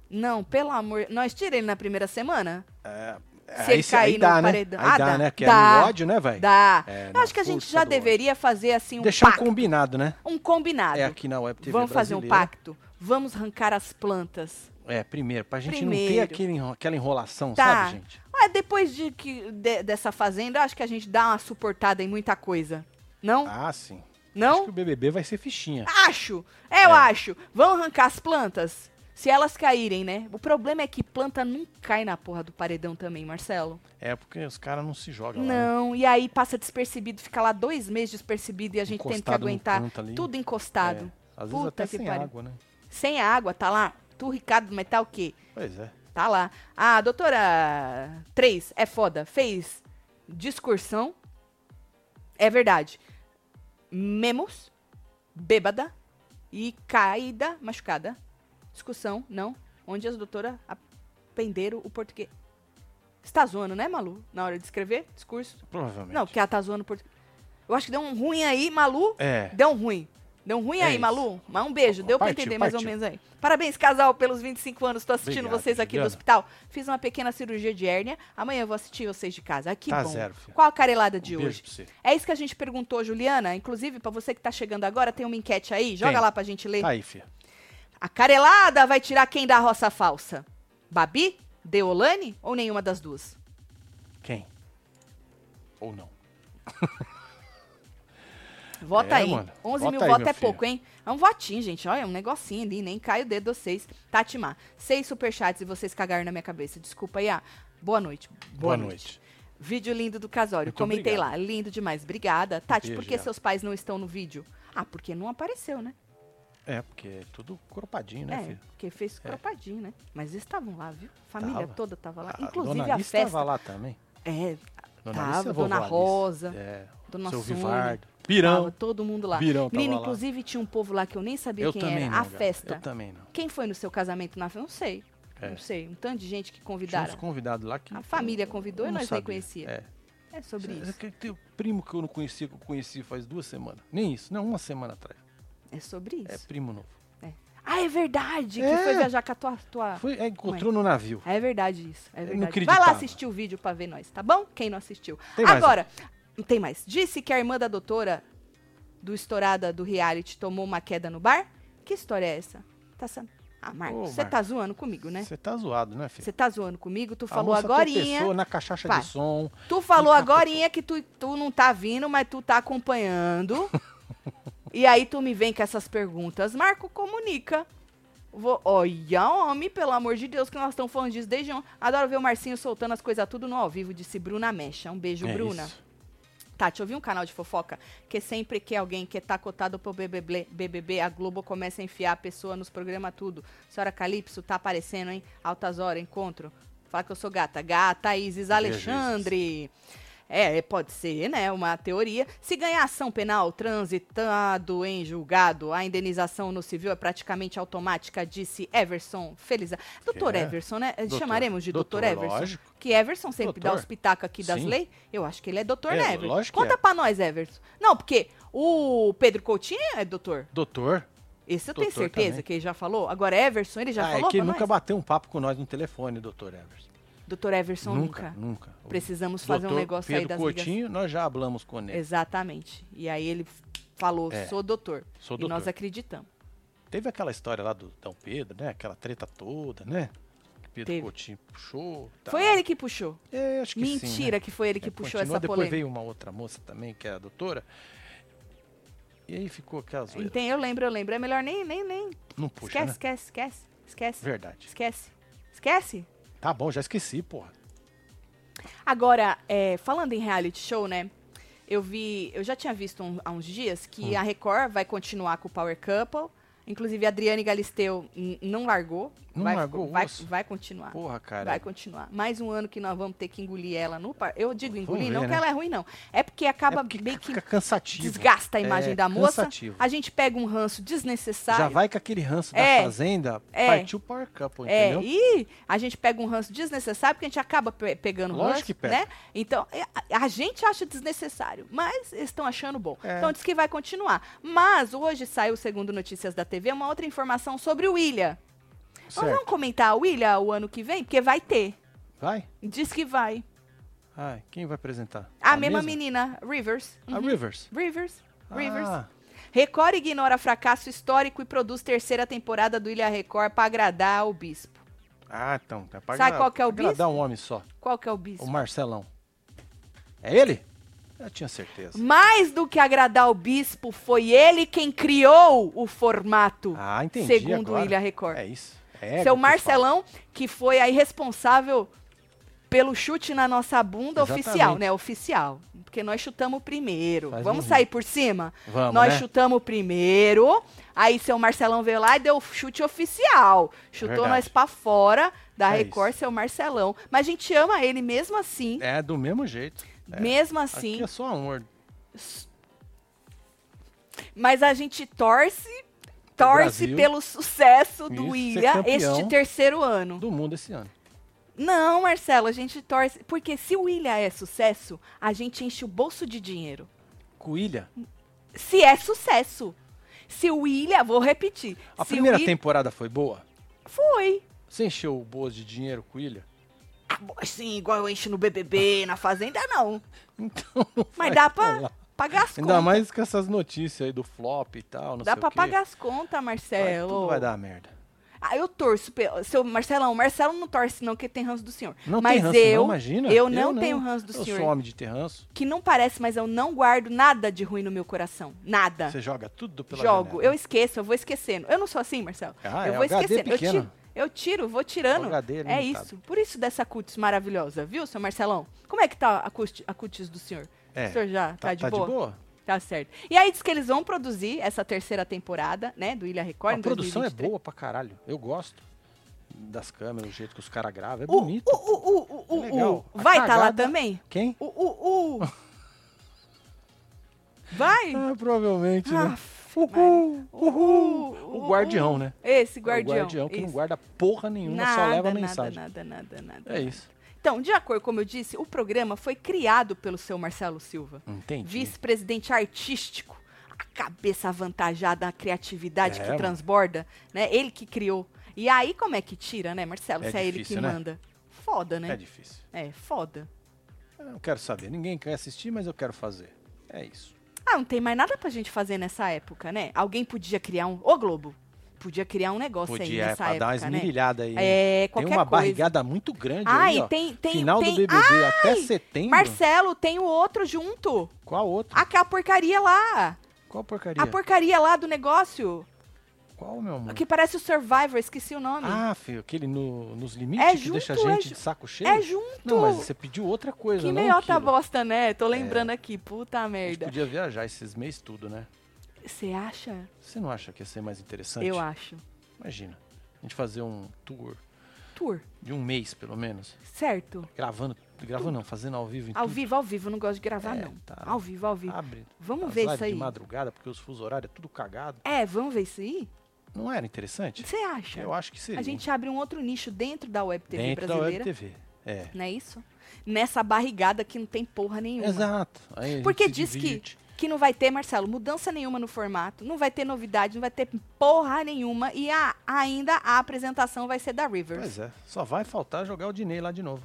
B: Não, pelo amor. Nós tirei ele na primeira semana?
A: É,
B: Se ele
A: isso aí
B: cair no
A: dá, né?
B: paredão.
A: Aí
B: Ah,
A: dá,
B: dá.
A: né? Que
B: Dá.
A: é no ódio, né, velho?
B: Dá.
A: É,
B: Eu
A: não,
B: acho que a gente
A: força
B: já
A: do
B: deveria fazer assim um
A: Deixar um
B: pacto,
A: combinado, né?
B: um combinado.
A: É aqui na Web TV
B: Vamos fazer um
A: brasileira.
B: pacto. Vamos arrancar as plantas.
A: É, primeiro, pra gente não ter
B: Primeiro.
A: aquele enro- aquela enrolação,
B: Tá.
A: sabe, gente?
B: Ah, depois de que de- dessa fazenda, eu acho que a gente dá uma suportada em muita coisa. Não?
A: Ah, sim. Acho que
B: Então? não?
A: o BBB vai ser fichinha.
B: Acho. Eu
A: É.
B: acho. Vamos arrancar as plantas. Se elas caírem, né? O problema é que planta não cai na porra do paredão também, Marcelo.
A: É porque os caras não se jogam lá. né?
B: Não, e aí passa despercebido, fica lá dois meses despercebido e a gente tem que
A: Encostado num
B: aguentar
A: canto ali.
B: tudo
A: É,
B: encostado.
A: Às vezes
B: Puta
A: até
B: que
A: sem
B: pariu.
A: água, né?
B: Sem água, tá lá. Tu, Ricardo, mas tá o quê?
A: Pois é.
B: Tá lá. A doutora 3 é foda. Fez discursão. É verdade. Memos. Bêbada. E caída machucada. Discussão, não. Onde as doutoras aprenderam o português. Você tá zoando, né, Malu? Na hora de escrever discurso?
A: Provavelmente.
B: Não, porque ela tá zoando por. Eu acho que deu um ruim aí, Malu.
A: É.
B: Deu um ruim. Deu um ruim
A: É
B: aí,
A: isso.
B: Malu. Mas um beijo. Deu pra
A: Partiu,
B: entender mais ou
A: partiu.
B: menos aí. Parabéns, casal, pelos 25 anos. Tô assistindo
A: Obrigado,
B: vocês aqui do
A: Juliana.
B: hospital. Fiz uma pequena cirurgia de hérnia. Amanhã eu vou assistir vocês de casa. Aqui
A: Tá
B: bom.
A: zero, filha.
B: Qual a carelada
A: Um
B: de
A: beijo
B: hoje?
A: pra você.
B: É isso que a gente perguntou, Juliana. Inclusive, pra você que tá chegando agora, tem uma enquete aí. Joga
A: Tem.
B: lá pra gente ler.
A: Tá aí, filha.
B: A carelada vai tirar quem da roça falsa? Babi, Deolane ou nenhuma das duas?
A: Quem? Ou não?
B: Vota
A: É,
B: aí.
A: mano.
B: 11
A: Vota
B: mil
A: aí,
B: votos
A: meu
B: é
A: filho.
B: pouco, hein? É um votinho, gente. Olha, é um negocinho ali. Nem cai o dedo de vocês. Tatimar. Seis superchats e vocês cagaram na minha cabeça. Desculpa aí. ah. Boa noite.
A: Boa noite.
B: Vídeo lindo do casório.
A: Muito
B: Comentei
A: obrigado.
B: lá. Lindo demais. Obrigada. Tati,
A: Beijo,
B: por que
A: Gabi.
B: seus pais não estão no vídeo? Ah, porque não apareceu, né?
A: É, porque é tudo cropadinho, né,
B: É,
A: filho?
B: porque fez cropadinho, né? Mas eles estavam lá, viu? A família
A: Tava.
B: toda tava lá.
A: A
B: Inclusive
A: Ah, dona
B: a
A: Alice
B: festa.
A: tava lá também.
B: É,
A: Dona
B: tava.
A: Alice e a vovó
B: Dona
A: Alice.
B: Rosa,
A: É,
B: Dona
A: seu
B: Sônia.
A: Vivardo.
B: Tava
A: Pirão.
B: todo mundo lá.
A: Pirão Então, tava
B: Menino,
A: lá.
B: inclusive tinha um povo lá que eu nem sabia
A: Eu
B: quem
A: também
B: era.
A: não,
B: a
A: Gabi.
B: festa.
A: Eu também não.
B: Quem foi no seu casamento na festa? Eu Não sei.
A: É.
B: Não sei. Um tanto de gente que
A: Tinha uns
B: convidaram.
A: convidados lá que...
B: A família convidou e
A: eu não
B: nós nem
A: sabia.
B: conhecia.
A: É.
B: É sobre
A: Cê-
B: isso.
A: que- Tem um primo que eu não conhecia, que eu conheci faz duas semanas. Nem isso, não, uma semana atrás.
B: É sobre
A: É
B: isso.
A: primo novo.
B: Ah, é verdade que
A: É.
B: foi viajar com a tua. tua...
A: Foi, é, encontrou no navio.
B: É verdade isso. É
A: Eu não
B: verdade. Vai lá
A: acreditava.
B: assistir o vídeo pra ver nós, tá bom? Quem não assistiu.
A: Tem mais,
B: Agora, não tem mais. Disse que a irmã da doutora do estourada do reality tomou uma queda no bar? Que história é essa? Tá san... Ah,
A: Ô,
B: Marcos, você tá
A: Marcos.
B: zoando comigo, né?
A: Você tá zoado, né, filho?
B: Você tá zoando comigo, tu
A: A
B: falou
A: moça
B: agorinha.
A: tropeçou né? na cachaça
B: Vai.
A: de som.
B: Tu falou
A: Nunca
B: agorinha que tu, tu não tá vindo, mas tu tá acompanhando. e aí tu me vem com essas perguntas. Marco, comunica. Vou, olha, homem, pelo amor de Deus, que nós estamos falando disso desde ontem. Adoro ver o Marcinho soltando as coisas tudo no ao vivo, disse Bruna Mecha. Um beijo,
A: É
B: Bruna.
A: isso.
B: Tati, eu vi um canal de fofoca que sempre que alguém que tá cotado pro BBB, BBB, a Globo começa a enfiar a pessoa nos programas tudo. Senhora Calypso, tá aparecendo, hein? Altas horas, encontro. Fala que eu sou gata. Gata, Isis Alexandre. É, pode ser, né? Uma teoria. Se ganhar ação penal transitado em julgado, a indenização no civil é praticamente automática, disse Everson Feliz. Doutor
A: É.
B: Everson, né?
A: Doutor.
B: Chamaremos de doutor,
A: Doutor,
B: Everson.
A: lógico.
B: Que Everson sempre dá
A: Doutor.
B: os pitacos aqui das
A: Sim.
B: leis. Eu acho que ele é doutor,
A: É,
B: né, Everton?
A: lógico que
B: Conta
A: é.
B: pra nós, Everton. Não, porque o Pedro Coutinho é doutor.
A: Doutor.
B: Esse eu tenho
A: Doutor
B: certeza
A: também.
B: que ele já falou. Agora, Everson, ele já
A: ah,
B: falou
A: é que
B: pra
A: ele nunca
B: nós?
A: bateu um papo com nós no telefone, doutor Everson.
B: Doutor Everson nunca.
A: nunca, nunca. O
B: Precisamos fazer um
A: doutor
B: negócio
A: Pedro
B: aí das ligas.
A: Coutinho, nós já hablamos com ele.
B: Exatamente. E aí ele falou,
A: É.
B: sou doutor.
A: Sou
B: E nós é
A: doutor.
B: acreditamos.
A: Teve aquela história lá do Dom Pedro, né? Aquela treta toda, né? Pedro
B: Teve.
A: Coutinho puxou. tal.
B: Foi ele que puxou.
A: É, Tá. acho que sim, né?
B: Mentira que foi ele que
A: É,
B: puxou
A: continuou,
B: essa
A: depois
B: polêmica.
A: veio uma outra moça também, que é a doutora. E aí ficou aquela zoeira.
B: Entende? Eu lembro, eu lembro. É melhor nem, nem, nem.
A: Não puxa,
B: Então, esquece,
A: né?
B: esquece, esquece, esquece.
A: Verdade.
B: Esquece. Esquece?
A: Tá bom, já esqueci, porra.
B: Agora, é, falando em reality show, né? Eu vi, eu já tinha visto um- há uns dias que
A: Hum.
B: a Record vai continuar com o Power Couple. Inclusive, a Adriane Galisteu n- não largou.
A: Não
B: vai,
A: largou o
B: vai,
A: osso?
B: vai continuar.
A: Porra, cara.
B: Vai continuar. Mais um ano que nós vamos ter que engolir ela no par. Eu digo engolir,
A: ver,
B: não que
A: né?
B: ela é ruim, não. É porque acaba
A: É porque
B: meio que
A: fica cansativo.
B: desgasta a imagem
A: É,
B: da moça.
A: cansativo.
B: A gente pega um ranço desnecessário.
A: Já vai com aquele ranço
B: É,
A: da fazenda,
B: é.
A: partiu o Power Couple,
B: É,
A: entendeu?
B: e a gente pega um ranço desnecessário, porque a gente acaba pe- pegando
A: Lógico
B: ranço,
A: que pega.
B: né? Então, é, a, a gente acha desnecessário, mas eles estão achando bom.
A: É.
B: Então, diz que vai continuar. Mas, hoje saiu, segundo Notícias da TV, uma outra informação sobre o William. Nós
A: Certo.
B: vamos comentar o William o ano que vem? Porque vai ter.
A: Vai?
B: Diz que vai.
A: Ai, quem vai apresentar?
B: A, mesma
A: mesma?
B: menina, Rivers.
A: Ah,
B: Uhum.
A: A Rivers.
B: Rivers. Rivers.
A: Ah,
B: Record ignora fracasso histórico e produz terceira temporada do Ilha Record para agradar o bispo.
A: ah, então. Tá pra
B: Sabe
A: agra-
B: qual que é o
A: pra agradar
B: bispo?
A: um homem só.
B: Qual que é o bispo?
A: O Marcelão. É ele? Eu tinha certeza.
B: Mais do que agradar o bispo, foi ele quem criou o formato,
A: Ah, entendi
B: segundo
A: agora.
B: o Ilha Record.
A: É isso. É
B: Seu
A: que
B: Marcelão, que foi aí responsável pelo chute na nossa bunda
A: Exatamente.
B: oficial, né? Oficial. Porque nós chutamos primeiro.
A: Faz
B: Vamos
A: um
B: sair por cima?
A: Vamos,
B: nós
A: né?
B: chutamos primeiro. Aí seu Marcelão veio lá e deu o chute oficial. Chutou
A: Verdade.
B: nós pra fora da
A: É
B: Record,
A: isso.
B: seu Marcelão. Mas a gente ama ele mesmo assim.
A: É do mesmo jeito. É.
B: Mesmo
A: Aqui
B: assim.
A: é só amor.
B: Mas a gente torce,
A: Pro
B: torce
A: Brasil.
B: pelo sucesso
A: Isso,
B: do
A: ser
B: Ilha
A: campeão
B: este terceiro ano.
A: Do mundo esse ano.
B: Não, Marcelo, a gente torce. Porque se o Ilha é sucesso, a gente enche o bolso de dinheiro.
A: Coilha?
B: Se é sucesso. Se o Ilha, vou repetir.
A: A
B: se o
A: primeira
B: Ilha-
A: temporada foi boa?
B: Foi.
A: Você encheu o bolso de dinheiro com Ilha?
B: Ah, bo- Assim, igual eu encho no BBB, na Fazenda, não.
A: Então não vai
B: Mas dá pra
A: rolar.
B: pagar as
A: Ainda
B: contas.
A: mais com essas notícias aí do flop e tal, não
B: Dá
A: sei
B: pra
A: o quê.
B: pagar as contas,
A: Vai,
B: Marcelo.
A: tudo vai dar merda.
B: Ah, eu torço pelo. Seu Marcelão, Marcelo não torce, não, que tem ranço do senhor.
A: Não
B: Mas
A: tem ranço,
B: eu,
A: não, imagina.
B: Eu não tenho ranço do
A: eu
B: senhor.
A: sou homem de ter ranço.
B: Que não parece, mas eu não guardo nada de ruim no meu coração. Nada.
A: Você joga tudo pela
B: É. Jogo. Eu
A: janela.
B: esqueço, eu vou esquecendo. Eu não sou assim, Marcelo.
A: Ah,
B: eu
A: é,
B: vou
A: o HD
B: esquecendo. Eu,
A: pequeno.
B: tiro, eu tiro, vou tirando.
A: O HD é
B: é
A: limitado.
B: isso. Por isso dessa cutis maravilhosa, viu, seu Marcelão? Como é que tá a cutis, a cutis do senhor?
A: É,
B: o senhor já tá, de, boa?
A: de boa?
B: Tá certo. E aí diz que eles vão produzir essa terceira temporada, né, do Ilha Record
A: A
B: em
A: produção é
B: 2023.
A: boa pra caralho. Eu gosto das câmeras, o jeito que os caras gravam. É
B: O,
A: bonito.
B: o, o, o, o,
A: É legal.
B: o-
A: A
B: uh, vai tá lá
A: cagada-
B: também?
A: Quem?
B: O, o, o. Vai?
A: Ah, provavelmente, né?
B: Aff,
A: Uhul,
B: Maria.
A: uhul.
B: Ah, Uhul,
A: O guardião, né?
B: Esse
A: É
B: guardião.
A: O guardião que não
B: isso.
A: guarda porra nenhuma, só leva a mensagem.
B: Nada, nada, nada,
A: É
B: nada.
A: isso.
B: Então, de acordo como eu disse, o programa foi criado pelo seu Marcelo Silva,
A: Entendi.
B: vice-presidente artístico, a cabeça avantajada, a criatividade
A: É,
B: que
A: mano.
B: transborda, né? Ele que criou. E aí, como é que tira, né, Marcelo?
A: É
B: se é
A: difícil,
B: ele que
A: né?
B: manda. Foda,
A: É
B: né?
A: difícil.
B: É, foda.
A: Eu não quero saber. Ninguém quer assistir, mas eu quero fazer. É isso.
B: Ah, não tem mais nada pra gente fazer nessa época, né? Alguém podia criar um. Ô, Globo! Podia criar um negócio aí
A: Podia é,
B: nessa
A: pra
B: época.
A: dar uma
B: né?
A: esmirilhada aí. hein?
B: É,
A: tem
B: qualquer
A: uma
B: coisa.
A: barrigada muito grande
B: Ah,
A: aí,
B: e
A: ó.
B: tem, tem,
A: Final
B: tem... ah,
A: do BBB até setembro.
B: Marcelo, tem o outro junto.
A: Qual outro?
B: Aquela porcaria lá.
A: Qual porcaria?
B: A porcaria lá do negócio.
A: Qual, meu amor?
B: Que parece o Survivor, esqueci o nome.
A: Ah, filho, aquele no- nos limites
B: É
A: que deixa a
B: junto, é
A: gente
B: ju-
A: de saco cheio?
B: é junto.
A: Não, mas você pediu outra coisa,
B: que
A: não é
B: meiota
A: aquilo. É.
B: bosta, né? Tô lembrando aqui. Puta
A: A gente
B: merda.
A: podia viajar esses meses tudo, né?
B: Você acha?
A: Você não acha que ia ser mais interessante?
B: Eu acho.
A: Imagina, a gente fazer um tour
B: Tour,
A: de um mês, pelo menos.
B: certo?
A: Gravando, gravando não, fazendo ao vivo. Em
B: Ao
A: tudo.
B: vivo, ao vivo. Não gosto de gravar,
A: Hum. É,
B: não.
A: tá.
B: Ao vivo, ao vivo.
A: Abre
B: Vamos
A: as
B: ver
A: lives
B: isso aí.
A: de madrugada, porque os fuso horários é tudo cagado.
B: É, vamos ver isso aí?
A: Não era interessante?
B: Você acha?
A: Eu acho que seria.
B: A gente abre um outro nicho dentro da Web TV
A: Dentro
B: brasileira.
A: da WebTV. É.
B: Não é isso? Nessa barrigada que não tem porra nenhuma.
A: Exato. Aí a gente
B: Porque
A: se
B: diz que,
A: divide.
B: que não vai ter, Marcelo, mudança nenhuma no formato, não vai ter novidade, não vai ter porra nenhuma e a- ainda a apresentação vai ser da Rivers.
A: Pois é, só vai faltar jogar o Dinei lá de novo.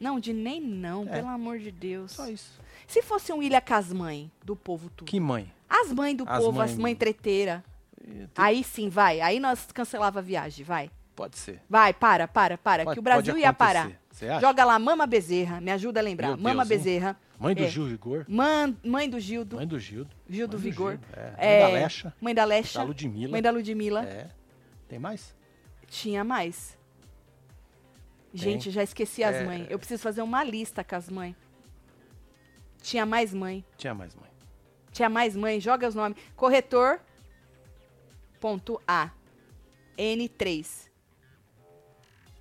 B: Não, de nem não,
A: É.
B: pelo amor de Deus.
A: Só isso.
B: Se fosse um Ilha com as mães do povo tudo.
A: Que mãe.
B: As mães do
A: As
B: povo,
A: mãe
B: as mães
A: do-
B: treteira.
A: E tem-
B: Aí sim, vai. Aí nós cancelava a viagem, vai.
A: Pode ser.
B: Vai, para, para, para,
A: Pode-
B: É que o Brasil
A: pode
B: ia parar.
A: acontecer. Você acha?
B: Joga lá Mama Bezerra, me ajuda a lembrar.
A: Meu
B: Mama
A: Deus, hein?
B: Bezerra.
A: Mãe do
B: É.
A: Gil Vigor.
B: Man- mãe do Gildo.
A: Mãe do Gildo.
B: Gildo
A: mãe do
B: Vigor.
A: Gildo, É.
B: É,
A: Mãe da Lecha.
B: Mãe da Lecha.
A: Da Ludmilla.
B: Mãe da Ludmilla.
A: É. Tem mais?
B: Tinha mais.
A: Tem.
B: Gente, já esqueci as
A: É.
B: mães. Eu preciso fazer uma lista com as mães. Tinha mais mãe.
A: Tinha mais, mãe.
B: Tinha mais mãe. Joga os nomes. Corretor. Ponto A. N3.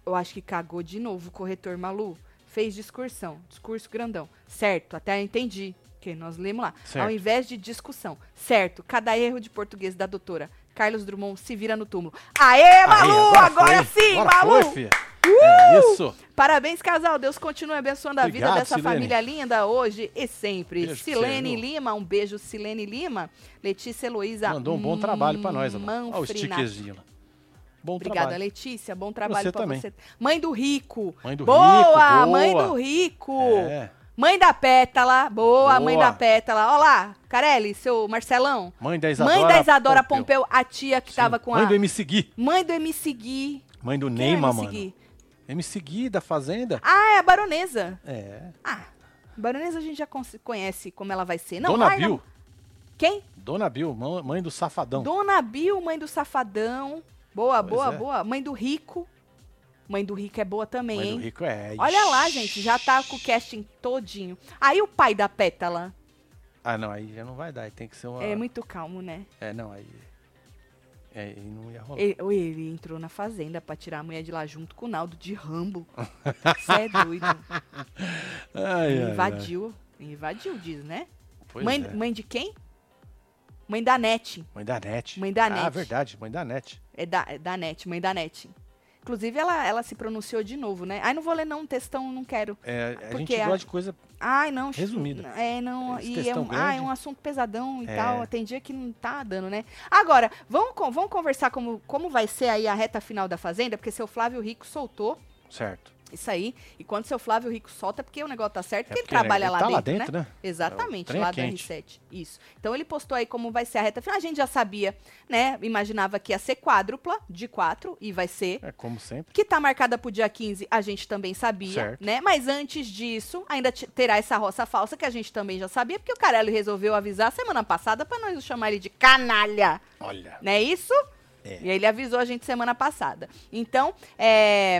B: Eu acho que cagou de novo o corretor Malu. Fez discursão. Discurso grandão. Certo, até eu entendi. Que nós lemos lá.
A: Certo.
B: Ao invés de discussão. Certo, cada erro de português da doutora Carlos Drummond se vira no túmulo. Aê, É Malu!
A: Aí,
B: agora
A: foi.
B: sim,
A: agora
B: Malu! Uh!
A: Foi, filha. É isso.
B: Parabéns, casal. Deus continue abençoando a vida
A: Obrigado,
B: dessa
A: Silene.
B: família linda hoje e sempre.
A: Beijo pra
B: Silene
A: você, viu?
B: Lima, um beijo, Silene Lima. Letícia Heloísa.
A: Mandou um bom trabalho pra nós, amor. Olha o
B: Manfrinato.
A: stickerzinho lá. Bom
B: Obrigada,
A: trabalho.
B: Letícia. Bom trabalho
A: Você
B: pra
A: também.
B: você. Mãe do Rico.
A: Mãe do
B: boa,
A: Rico, boa.
B: mãe do Rico.
A: É.
B: Mãe da Pétala. Boa, mãe
A: Boa.
B: da Pétala. Olha lá, Carelli, seu Marcelão.
A: Mãe da Isadora.
B: mãe da Isadora
A: Pompeu.
B: Pompeu, a tia que
A: Sim.
B: tava com
A: Mãe
B: a.
A: do MC Gui.
B: Mãe do MC Gui.
A: Mãe do
B: Quem é
A: Neymar,
B: MC
A: mano.
B: Gui?
A: MC Gui da Fazenda.
B: Ah, é a baronesa.
A: É.
B: Ah, baronesa a gente já con- conhece como ela vai ser. Não,
A: Dona
B: Marla-
A: Bill.
B: Quem?
A: Dona Bill, mã- mãe do Safadão.
B: Dona Bill, mãe do Safadão. Boa,
A: Pois
B: boa,
A: é.
B: boa. Mãe do Rico. Mãe do Rico é boa também,
A: Mãe
B: hein?
A: do Rico é.
B: Olha lá,
A: Ixi.
B: gente, já tá com o casting todinho. Aí o pai da Pétala.
A: Ah, não, aí já não vai dar. aí Tem que ser uma.
B: É muito calmo, né?
A: É, não, aí. É, aí não ia rolar.
B: Ele, ele entrou na fazenda pra tirar a mulher de lá junto com o Naldo de Rambo. Você é doido.
A: Ai, ai, ai.
B: invadiu. Invadiu, diz, né?
A: É, Pois
B: Mãe,
A: é.
B: mãe de quem? Mãe da Nete.
A: Mãe da NET.
B: Mãe da
A: Ah,
B: Net.
A: verdade, mãe da NET.
B: É da, é da NET, mãe da NET. Inclusive, ela, ela se pronunciou de novo, né? Ai, não vou ler não, um textão, não quero.
A: É, a
B: Ah, Porque
A: gente
B: a-
A: gosta de coisa.
B: Ai, não.
A: Resumida.
B: É, não.
A: Essa
B: E é
A: questão
B: um, ah, é
A: grande.
B: um assunto pesadão e
A: É.
B: tal. Tem dia que não tá dando, né? Agora, vamos, con- vamos conversar como, como vai ser aí a reta final da Fazenda, porque seu Flávio Rico soltou
A: Certo.
B: isso aí. E quando seu Flávio Rico solta, é porque o negócio tá certo,
A: É
B: porque ele
A: porque, né,
B: trabalha
A: ele
B: lá,
A: tá
B: dentro,
A: lá dentro,
B: né?
A: né?
B: Exatamente,
A: É, o trem
B: lá
A: é
B: da
A: quente.
B: R7. Isso. Então ele postou aí como vai ser a reta final. A gente já sabia, né? Imaginava que ia ser quádrupla de quatro, e vai ser.
A: É como sempre.
B: Que tá marcada pro dia 15, a gente também sabia,
A: Certo.
B: né? Mas antes disso, ainda te- terá essa roça falsa que a gente também já sabia, porque o Carelli resolveu avisar semana passada pra nós chamar ele de canalha.
A: Olha.
B: Não é isso?
A: É.
B: E aí ele avisou a gente semana passada. Então, é,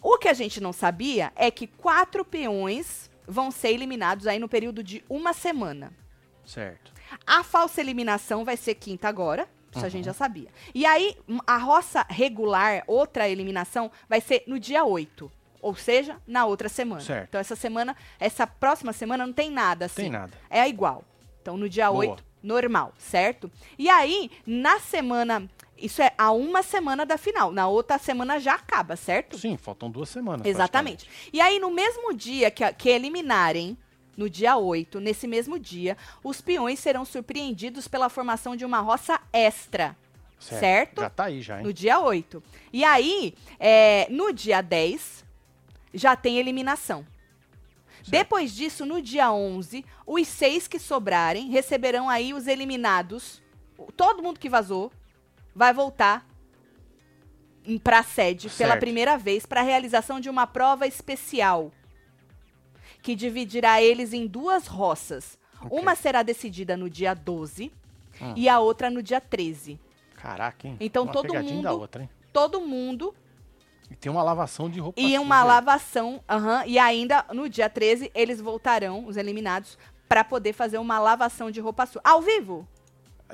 B: o que a gente não sabia é que quatro peões vão ser eliminados aí no período de uma semana.
A: Certo.
B: A falsa eliminação vai ser quinta agora. Isso a gente já sabia. E aí, m- a roça regular, outra eliminação, vai ser no dia 8. Ou seja, na outra semana.
A: Certo.
B: Então, essa semana, essa próxima semana não tem nada assim.
A: Tem nada.
B: É igual. Então, no dia
A: Boa.
B: 8, normal, certo? E aí, na semana. Isso é a uma semana da final. Na outra semana já acaba, certo?
A: Sim, faltam duas semanas.
B: Exatamente. E aí, no mesmo dia que, a- que eliminarem, no dia 8, nesse mesmo dia, os peões serão surpreendidos pela formação de uma roça extra.
A: praticamente.
B: Certo?
A: Já tá aí, já, hein?
B: No dia 8. E aí, é, no dia 10, já tem eliminação.
A: Certo.
B: Depois disso, no dia 11, os seis que sobrarem receberão aí os eliminados. O- Todo mundo que vazou vai voltar em- pra sede pela
A: Certo.
B: primeira vez para a realização de uma prova especial que dividirá eles em duas roças.
A: Ok.
B: Uma será decidida no dia 12
A: Hum.
B: e a outra no dia 13.
A: Caraca, hein?
B: Então
A: uma
B: todo
A: pegadinha da
B: mundo-
A: outra, hein?
B: Todo mundo
A: E tem uma lavação de roupa.
B: E
A: suja
B: uma
A: aí.
B: lavação, aham, e ainda no dia 13 eles voltarão, os eliminados, pra poder fazer uma lavação de roupa suja. Ao vivo?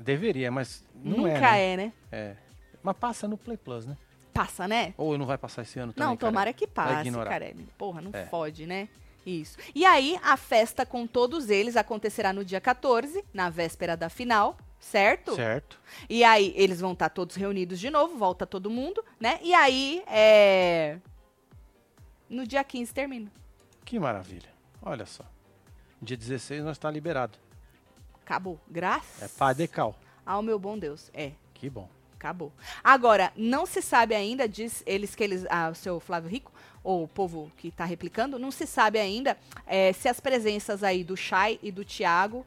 A: Deveria, mas não
B: Nunca
A: é.
B: é, né?
A: né? É. Mas passa no Play Plus, né?
B: Passa, né?
A: Ou não vai passar esse ano também?
B: não,
A: cara?
B: tomara que passe,
A: ignorar.
B: Carelli. Porra, não
A: É.
B: fode, né? Isso. E aí, a festa com todos eles acontecerá no dia 14, na véspera da final, certo?
A: Certo.
B: E aí, eles vão estar todos reunidos de novo, volta todo mundo, né? E aí, é. No dia 15 termina.
A: Que maravilha. Olha só. Dia 16 nós tá liberado.
B: Acabou. Graças
A: É padecal.
B: ao meu bom Deus. É.
A: Que bom.
B: Acabou. Agora, não se sabe ainda, diz eles que eles. ah, o seu Flávio Rico, ou o povo que tá replicando, não se sabe ainda eh, se as presenças aí do Chay e do Thiago,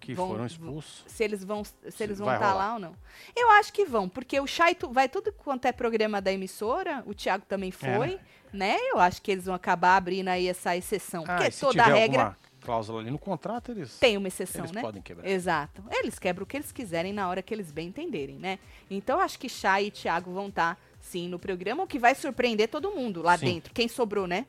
A: Que
B: Vão-
A: foram expulsos.
B: se eles vão se, eles vão
A: vai
B: estar
A: rolar.
B: lá ou não. Eu acho que vão, porque o Chay tu- vai tudo quanto é programa da emissora, o Thiago também
A: É,
B: foi, né? Eu acho que eles vão acabar abrindo aí essa exceção.
A: Ah,
B: porque
A: e se
B: toda
A: tiver
B: regra
A: alguma cláusula ali no contrato, eles,
B: tem uma exceção,
A: eles
B: né?
A: podem quebrar.
B: Exato. Eles quebram o que eles quiserem na hora que eles bem entenderem, né? Então acho que Chay e Thiago vão estar, sim, no programa, o que vai surpreender todo mundo lá
A: Sim.
B: dentro. Quem sobrou, né?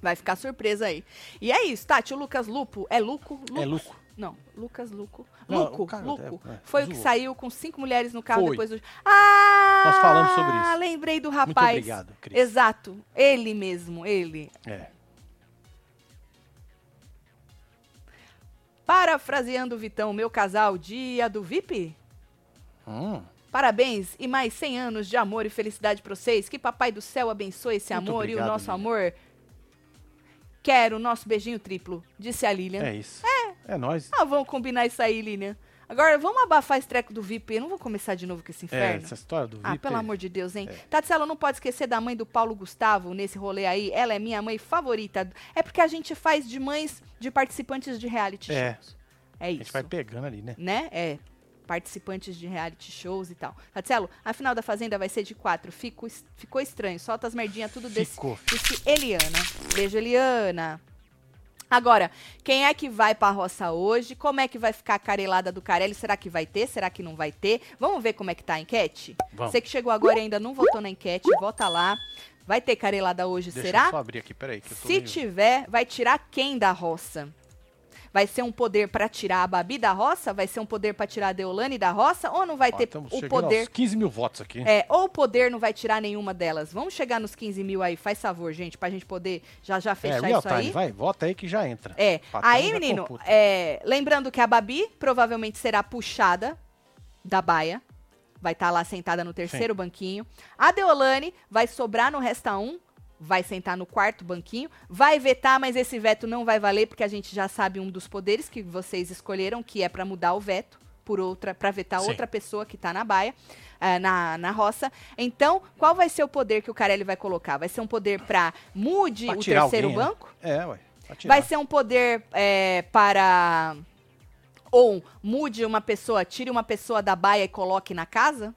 B: Vai ficar surpresa aí. E é isso, Tati. O Lucas Lupo. É Luco?
A: É lucro.
B: Não, Lucas Luco.
A: Não,
B: Luco,
A: o cara
B: Luco.
A: até- é,
B: Foi o que
A: zoou.
B: saiu com cinco mulheres no carro
A: Foi.
B: depois do. Ah!
A: Nós falamos sobre isso.
B: Lembrei do
A: Muito
B: rapaz.
A: obrigado, Cris.
B: Exato. Ele mesmo, ele.
A: É.
B: Parafraseando o Vitão, meu casal, dia do VIP?
A: Hum,
B: Parabéns e mais 100 anos de amor e felicidade pra vocês. Que papai do céu abençoe esse
A: Muito
B: amor e o
A: obrigado,
B: nosso
A: Lilian.
B: amor. Quero o nosso beijinho triplo, disse a Lilian.
A: é isso. É. É nós.
B: Ah, vamos combinar isso aí, Lilian. Agora, vamos abafar esse treco do VIP. Eu não vou começar de novo com esse
A: É,
B: inferno.
A: essa história do VIP.
B: ah, pelo
A: é-
B: amor de Deus, hein?
A: é.
B: Tatiana, não pode esquecer da mãe do Paulo Gustavo nesse rolê aí. Ela é minha mãe favorita. É porque a gente faz de mães de participantes de reality
A: É.
B: shows. É
A: A
B: isso
A: gente vai pegando ali, né?
B: né? É. Participantes de reality shows e tal. Marcelo, a final da Fazenda vai ser de quatro. Fico, es- ficou estranho. Solta as merdinhas tudo desse.
A: Ficou.
B: Disse Eliana. Beijo, Eliana. Agora, quem é que vai pra roça hoje? Como é que vai ficar a carelada do Carelli? Será que vai ter? Será que não vai ter? Vamos ver como é que tá a enquete?
A: Vamos.
B: Você que chegou agora e ainda não votou na enquete, vota lá. Vai ter carelada hoje,
A: Deixa
B: será?
A: eu só abrir aqui, peraí. Que eu tô
B: Se
A: meio-
B: tiver, vai tirar quem da roça? Vai ser um poder pra tirar a Babi da roça? Vai ser um poder pra tirar a Deolane da roça? Ou não vai
A: Ó,
B: ter
A: estamos
B: o
A: chegando
B: poder?
A: aos 15 mil votos aqui.
B: É, ou o poder não vai tirar nenhuma delas? Vamos chegar nos 15 mil aí, faz favor, gente, pra gente poder já já
A: É,
B: fechar
A: real
B: isso
A: time,
B: aí.
A: vai, vota aí que já entra.
B: É,
A: Patrão
B: aí,
A: da
B: menino,
A: computa.
B: é, lembrando que a Babi provavelmente será puxada da baia. vai estar lá sentada no terceiro banquinho. A Deolane vai sobrar no Resta 1, vai sentar no quarto banquinho. Vai vetar, mas esse veto não vai valer, porque a gente já sabe um dos poderes que vocês escolheram, que é para mudar o veto por outra, para vetar
A: Sim.
B: outra pessoa que tá na baia, ah, na, na roça. Então, qual vai ser o poder que o Carelli vai colocar? Vai ser um poder para mude
A: Pra
B: o
A: tirar
B: terceiro
A: alguém, né?
B: banco?
A: É, ué. pra tirar.
B: Vai ser um poder é, para. Ou mude uma pessoa, tire uma pessoa da baia e coloque na casa.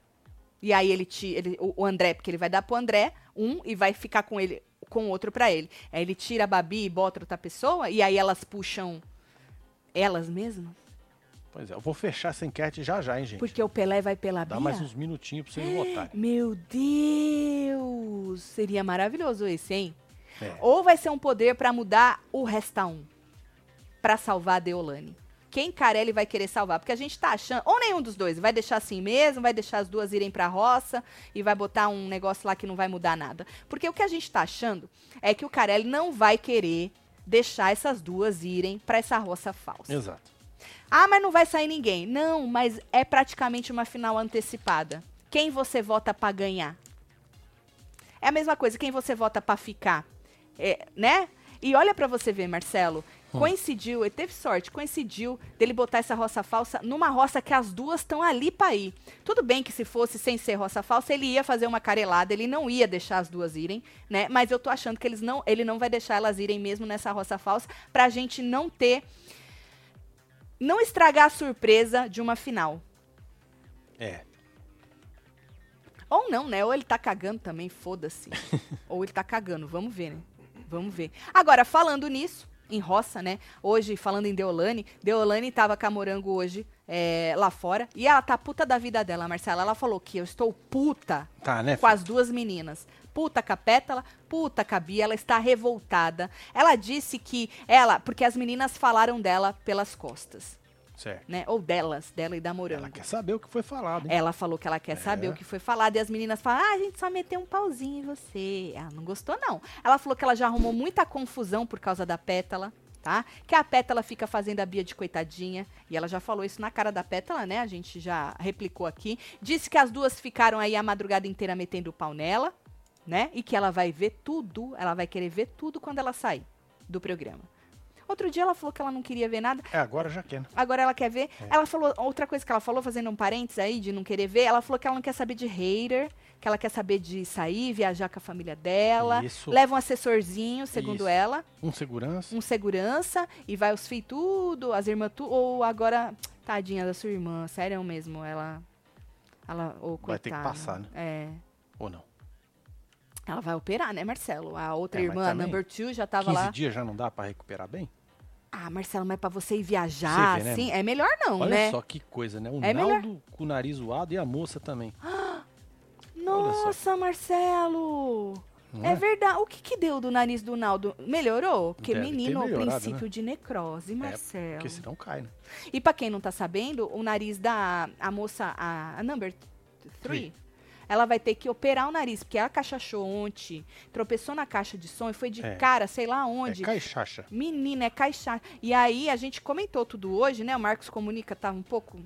B: E aí ele, ti, ele o o André, porque ele vai dar pro André um e vai ficar com ele com outro pra ele. Aí ele tira a Babi e bota outra pessoa e aí elas puxam elas mesmas,
A: Pois é, eu vou fechar essa enquete já já, hein, gente.
B: porque o Pelé vai pela
A: Dá
B: Bia.
A: mais uns minutinhos pra vocês
B: É.
A: votarem.
B: Meu Deus! Seria maravilhoso esse, hein?
A: É.
B: Ou vai ser um poder pra mudar o Resta 1 Pra salvar a Deolane. Quem Carelli vai querer salvar? Porque a gente tá achando. Ou nenhum dos dois. Vai deixar assim mesmo, vai deixar as duas irem pra roça e vai botar um negócio lá que não vai mudar nada. Porque o que a gente tá achando é que o Carelli não vai querer deixar essas duas irem pra essa roça falsa.
A: Exato.
B: Ah, mas não vai sair ninguém. Não, mas é praticamente uma final antecipada. Quem você vota pra ganhar? É a mesma coisa, quem você vota pra ficar, É, né? E olha pra você ver, Marcelo, coincidiu, ele teve sorte, coincidiu dele botar essa roça falsa numa roça que as duas estão ali pra ir. Tudo bem que se fosse sem ser roça falsa, ele ia fazer uma carelada, ele não ia deixar as duas irem, né? Mas eu tô achando que eles não, ele não vai deixar elas irem mesmo nessa roça falsa pra gente não ter não estragar a surpresa de uma final.
A: É.
B: Ou não, né? Ou ele tá cagando também, foda-se. Ou ele tá cagando, vamos ver, né? Vamos ver. Agora, falando nisso, em roça, né? Hoje, falando em Deolane, Deolane tava com a Morango hoje é, lá fora. E ela tá puta da vida dela, Marcela. Ela falou que eu estou puta
A: Tá, né?
B: com as duas meninas. Puta com a Pétala, puta com a Bia, ela está revoltada. Ela disse que ela, porque as meninas falaram dela pelas costas,
A: filho? Certo.
B: né? Ou delas, dela e da Morango.
A: Ela quer saber o que foi falado, hein?
B: Ela falou que ela quer saber o que foi falado e as meninas falam: ah, a gente só meteu um pauzinho em você. Ela não gostou, não. Ela falou que ela já arrumou muita confusão por causa da pétala, tá? Que a pétala fica fazendo a Bia de coitadinha. E ela já falou isso na cara da pétala, né? A gente já replicou aqui. Disse que as duas ficaram aí a madrugada inteira metendo o pau nela, né? E que ela vai ver tudo, ela vai querer ver tudo quando ela sair do programa. Outro dia ela falou que ela não queria ver nada.
A: É, agora já quer, né?
B: Agora ela quer ver. Ela falou, outra coisa que ela falou, fazendo um parênteses aí, de não querer ver, ela falou que ela não quer saber de hater, que ela quer saber de sair, viajar com a família dela.
A: Isso.
B: Leva um assessorzinho, segundo
A: Isso.
B: ela,
A: Um segurança.
B: um segurança, e vai os filhos tudo, as irmãs tudo. Ou agora, tadinha da sua irmã, sério mesmo, ela. Ela, ô,
A: Vai ter que
B: coitada.
A: passar, né?
B: É.
A: Ou não?
B: Ela vai operar, né, Marcelo? A outra
A: É, mas
B: irmã, a
A: também,
B: number two, já tava
A: 15
B: lá.
A: dias já não dá pra recuperar bem?
B: Ah, Marcelo, mas pra você ir viajar,
A: Você vê, né,
B: assim, é melhor não,
A: Olha
B: né?
A: só que coisa, né? O
B: É melhor.
A: Naldo com o nariz zoado e a moça também. Olha só.
B: Nossa, Marcelo!
A: Não
B: É
A: é?
B: verdade. O que, que deu do nariz do Naldo? Melhorou? Porque
A: Deve ter
B: menino, o
A: melhorado, né? É,
B: princípio de necrose, Marcelo.
A: Porque senão cai, né?
B: E pra quem não tá sabendo, o nariz da a moça, a, a number 3,
A: Three.
B: ela vai ter que operar o nariz, porque ela cachachou ontem, tropeçou na caixa de som e foi de
A: É.
B: cara, sei lá onde.
A: É caixacha.
B: Menina, é caixa. E aí, a gente comentou tudo hoje, né? O Marcos Comunica tava um pouco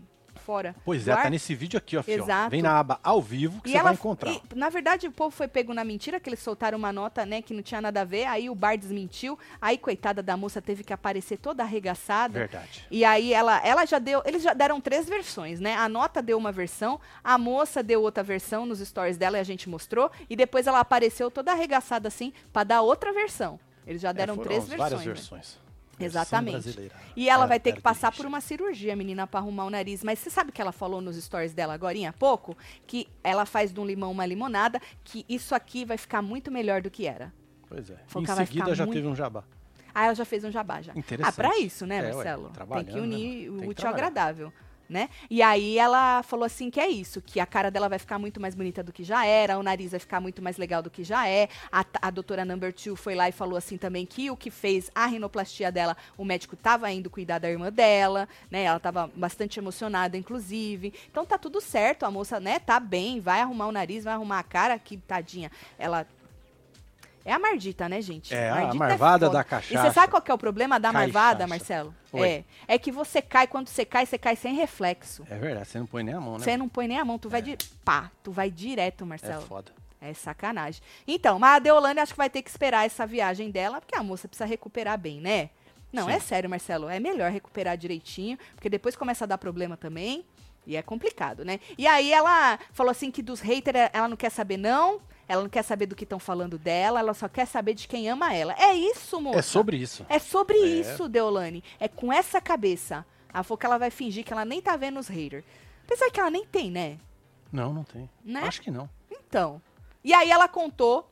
B: fora.
A: Pois
B: do
A: é,
B: ar.
A: tá nesse vídeo aqui, ó, filho.
B: Exato.
A: Vem na aba ao vivo que você vai encontrar.
B: e, na verdade, o povo foi pego na mentira, que eles soltaram uma nota, né, que não tinha nada a ver. Aí o bar desmentiu. Aí, coitada da moça, teve que aparecer toda arregaçada.
A: Verdade.
B: E aí ela, ela já deu, eles já deram três versões, né? A nota deu uma versão, a moça deu outra versão nos stories dela e a gente mostrou, e depois ela apareceu toda arregaçada assim pra dar outra versão. Eles já deram
A: É, foram
B: três versões.
A: várias
B: né?
A: versões. Versão
B: Exatamente.
A: brasileira.
B: E ela
A: Ah,
B: vai ter que passar por um
A: característica.
B: uma cirurgia, menina, pra arrumar o nariz. Mas você sabe que ela falou nos stories dela agora há pouco? Que ela faz de um limão uma limonada, que isso aqui vai ficar muito melhor do que era.
A: Pois é.
B: Falou
A: em
B: que ela vai
A: seguida
B: ficar
A: já
B: muito-
A: teve um jabá.
B: Ah, ela já fez um jabá já. Ah,
A: Interessante.
B: pra isso,
A: É,
B: né,
A: ué,
B: Marcelo? Tem que
A: trabalhando, né,
B: unir
A: mano? Tem
B: o
A: que
B: útil ao
A: trabalhar.
B: agradável, né? E aí ela falou assim que é isso, que a cara dela vai ficar muito mais bonita do que já era, o nariz vai ficar muito mais legal do que já é. A, t- a doutora Number Two foi lá e falou assim também que o que fez a rinoplastia dela, o médico tava indo cuidar da irmã dela, né? Ela tava bastante emocionada, inclusive. Então tá tudo certo, a moça, né, tá bem, vai arrumar o nariz, vai arrumar a cara, que tadinha. Ela É a Mardita, né, gente?
A: É, a
B: Mardita
A: marvada
B: foda.
A: da
B: E você
A: cachaça.
B: sabe qual que é o problema da
A: Caixaça.
B: marvada, Marcelo?
A: Oi.
B: É. É que você cai, quando você cai, você cai sem reflexo.
A: É verdade, você não põe nem a mão, né?
B: Você não põe nem a mão, tu vai de pá, tu vai direto,
A: É
B: Marcelo.
A: foda.
B: É sacanagem. Então, mas a Deolane acho que vai ter que esperar essa viagem dela, porque a moça precisa recuperar bem, né? Não,
A: Sim.
B: é sério, Marcelo. É melhor recuperar direitinho, porque depois começa a dar problema também. E é complicado, né? E aí ela falou assim que dos haters ela não quer saber, não. Ela não quer saber do que estão falando dela, ela só quer saber de quem ama ela. É isso, moça.
A: É sobre isso.
B: É sobre
A: É.
B: isso, Deolane. É com essa cabeça. A que ela vai fingir que ela nem tá vendo os haters. Apesar que ela nem tem, né?
A: Não, não tem.
B: Né?
A: Acho que não.
B: Então. E aí ela contou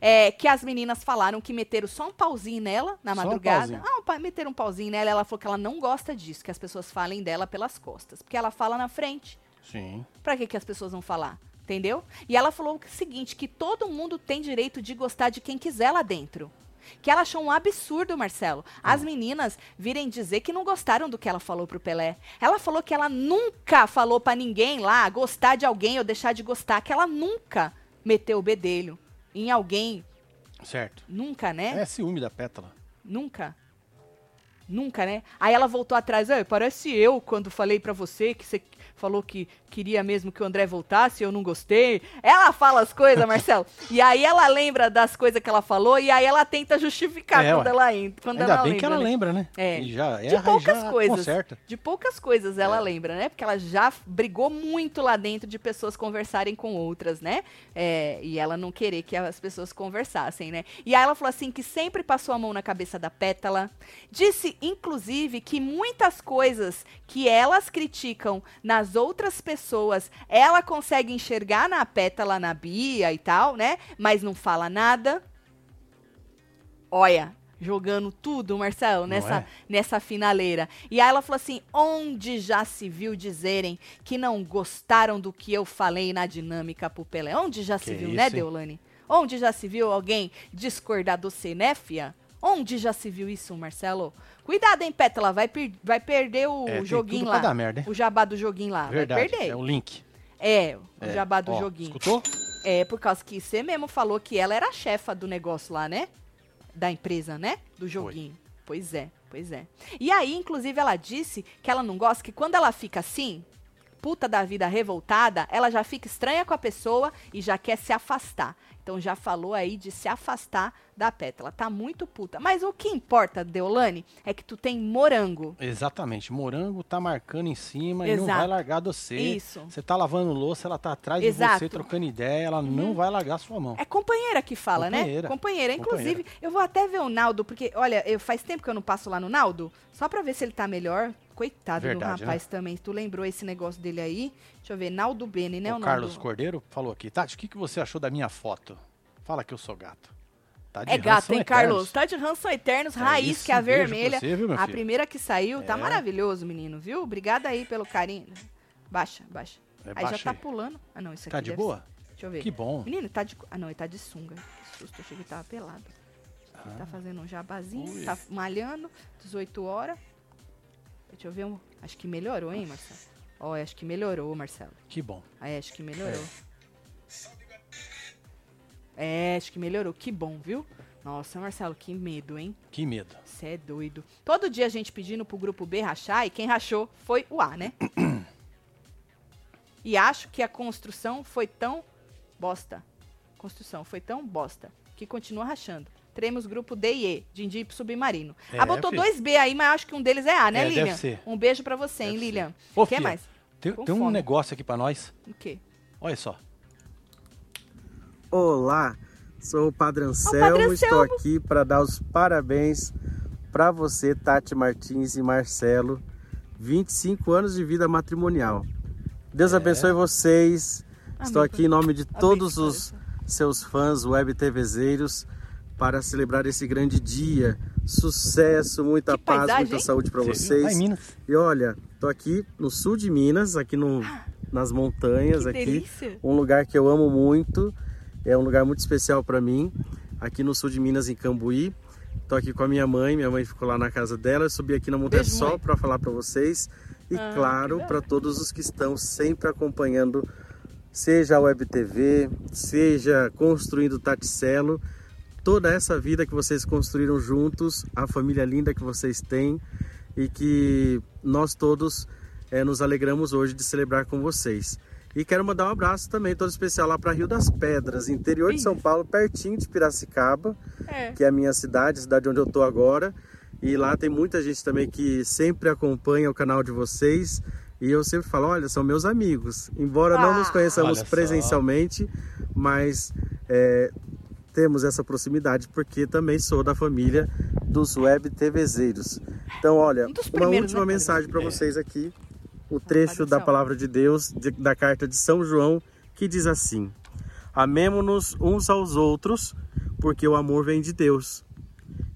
B: é, que as meninas falaram que meteram só um pauzinho nela na
A: Só um
B: madrugada.
A: pauzinho.
B: ah, um pa- meteram um pauzinho nela. Ela falou que ela não gosta disso, que as pessoas falem dela pelas costas. Porque ela fala na frente.
A: Sim.
B: Pra que, que as pessoas vão falar? Entendeu? E ela falou o seguinte: que todo mundo tem direito de gostar de quem quiser lá dentro. Que ela achou um absurdo, Marcelo. As meninas virem dizer que não gostaram do que ela falou pro Pelé. Ela falou que ela nunca falou pra ninguém lá gostar de alguém ou deixar de gostar, que ela nunca meteu o bedelho em alguém.
A: Certo.
B: Nunca, né?
A: É ciúme da pétala.
B: Nunca. Nunca, né? Aí ela voltou atrás. "É, parece eu quando falei pra você que você falou que queria mesmo que o André voltasse, eu não gostei. Ela fala as coisas, Marcelo. e aí ela lembra das coisas que ela falou e aí ela tenta justificar
A: É,
B: quando
A: ué.
B: ela entra. Quando
A: Ainda
B: ela
A: bem
B: lembra,
A: que ela
B: né?
A: lembra, né?
B: É.
A: E já
B: De
A: erra e
B: poucas
A: já
B: coisas.
A: Conserta.
B: De poucas coisas
A: É.
B: ela lembra, né? Porque ela já brigou muito lá dentro de pessoas conversarem com outras, né? É, e ela não querer que as pessoas conversassem, né? E aí ela falou assim que sempre passou a mão na cabeça da pétala. Disse, inclusive, que muitas coisas que elas criticam nas outras pessoas, ela consegue enxergar na pétala, na Bia e tal, né? Mas não fala nada. Olha, jogando tudo, Marcelo,
A: Não
B: nessa,
A: é?
B: nessa finaleira. E aí ela falou assim: onde já se viu dizerem que não gostaram do que eu falei na dinâmica pro Pelé? Onde já se
A: Que
B: viu,
A: isso,
B: né,
A: hein?
B: Deolane? Onde já se viu alguém discordar do Cenéfia? Onde já se viu isso, Marcelo? Cuidado, hein, Pétala, vai, per- vai perder o
A: É, tem
B: joguinho
A: tudo
B: lá.
A: Pra dar merda, hein?
B: O jabá do joguinho lá. vai
A: Verdade.
B: perder.
A: É o link.
B: É, o
A: É.
B: jabá do
A: Ó,
B: joguinho.
A: Escutou?
B: É, por causa que você mesmo falou que ela era a chefa do negócio lá, né? Da empresa, né? Do joguinho. Pois é, pois é. E aí, inclusive, ela disse que ela não gosta, que quando ela fica assim, puta da vida revoltada, ela já fica estranha com a pessoa e já quer se afastar. Então já falou aí de se afastar da pétala. Tá muito puta. Mas o que importa, Deolane, é que tu tem morango.
A: Exatamente. Morango tá marcando em cima e não
B: Exato.
A: vai largar de você.
B: Isso.
A: Você tá lavando louça, ela tá atrás
B: Exato. Uhum.
A: de você trocando ideia, ela não vai largar a sua mão.
B: É companheira que fala, né?
A: Companheira.
B: Companheira. Inclusive, eu vou até ver o Naldo, porque, olha, eu, faz tempo que eu não passo lá no Naldo, só pra ver se ele tá melhor. Coitado
A: Verdade, né?
B: do rapaz também. Tu lembrou esse negócio dele aí? Deixa eu ver. Naldo Bene, né?
A: o
B: nome
A: Carlos
B: do-
A: Cordeiro falou aqui, Tati, o que, que você achou da minha foto? Fala que eu sou gato. Tá de
B: É gato,
A: ranço
B: hein,
A: eternos.
B: Carlos? Tá de Ransom Eternos,
A: É
B: raiz,
A: isso,
B: que é a
A: um beijo pra
B: vermelha.
A: você, viu, meu
B: a
A: filho?
B: primeira que saiu. Tá
A: É.
B: maravilhoso, menino, viu? Obrigada aí pelo carinho. Baixa, baixa.
A: É,
B: aí já
A: baixa
B: tá
A: aí.
B: pulando. Ah, não, isso aqui
A: Tá de
B: deve
A: boa?
B: ser- Deixa eu ver.
A: Que bom.
B: Menino, tá de. cu- Ah, não, ele tá de sunga. Que susto, eu achei que ele tava pelado. Ele tá fazendo um jabazinho,
A: Ui.
B: tá malhando, 18 horas. Deixa eu ver um. Acho que melhorou, hein, Marcelo? Ó, acho que melhorou, Marcelo.
A: Que bom.
B: Ah, é, acho que melhorou. É, acho que melhorou. Que bom, viu? Nossa, Marcelo, que medo, hein?
A: Que medo.
B: Você é doido. Todo dia a gente pedindo pro grupo B rachar e quem rachou foi o A, né? e acho que a construção foi tão bosta. Construção foi tão bosta que continua rachando. Teremos grupo D e E, Dindim e Submarino.
A: É,
B: ah, botou
A: fi.
B: dois B aí, mas acho que um deles é A, né,
A: É, deve
B: Lilian?
A: ser.
B: Um beijo pra você, hein,
A: Deve ser.
B: Lilian.
A: Ô,
B: O que
A: fia,
B: mais?
A: Tem,
B: Com
A: tem um
B: fome.
A: negócio aqui pra nós.
B: O quê?
A: Olha só.
C: Olá, sou o Padre Anselmo,
B: Anselmo.
C: estou aqui para dar os parabéns para você, Tati Martins e Marcelo, 25 anos de vida matrimonial. Deus abençoe vocês. Estou
B: É. Amém,
C: aqui em nome de
B: Padre.
C: todos
B: Amém,
C: os seus fãs web TVzeiros para celebrar esse grande dia. Sucesso, muita
B: Que
C: paz,
B: paisagem, hein?
C: muita saúde para
A: Você viu? Lá em
C: vocês.
A: Minas.
C: E olha, estou aqui no sul de Minas, aqui no, nas montanhas
B: Ah. Que
C: aqui
B: delícia.
C: um lugar que eu amo muito, é um lugar muito especial para mim, aqui no sul de Minas, em Cambuí. Tô aqui com a minha mãe, minha mãe ficou lá na casa dela, eu subi aqui na Montanha
B: Beijo, mãe.
C: só para falar para vocês e
B: Ah, que
C: claro,
B: da
C: para todos os que estão sempre acompanhando, seja a Web TV, seja construindo Taticelo, toda essa vida que vocês construíram juntos, a família linda que vocês têm e que nós todos eh, nos alegramos hoje de celebrar com vocês. E quero mandar um abraço também todo especial lá para Rio das Pedras, interior de São Paulo, pertinho de Piracicaba,
B: É.
C: que é a minha cidade, a cidade onde eu tô agora. E lá tem muita gente também que sempre acompanha o canal de vocês. E eu sempre falo, olha, são meus amigos. Embora não nos
B: Ah.
C: conheçamos
A: Olha só.
C: presencialmente, mas é, temos essa proximidade porque também sou da família dos web TVzeiros. Então, olha,
B: Um dos
C: uma
B: primeiros,
C: última
B: né, Pedro?
C: mensagem para
A: É.
C: vocês aqui, o trecho
B: Padre
C: da
B: Saulo.
C: palavra de Deus, de- da carta de São João, que diz assim: Amemo-nos uns aos outros, porque o amor vem de Deus.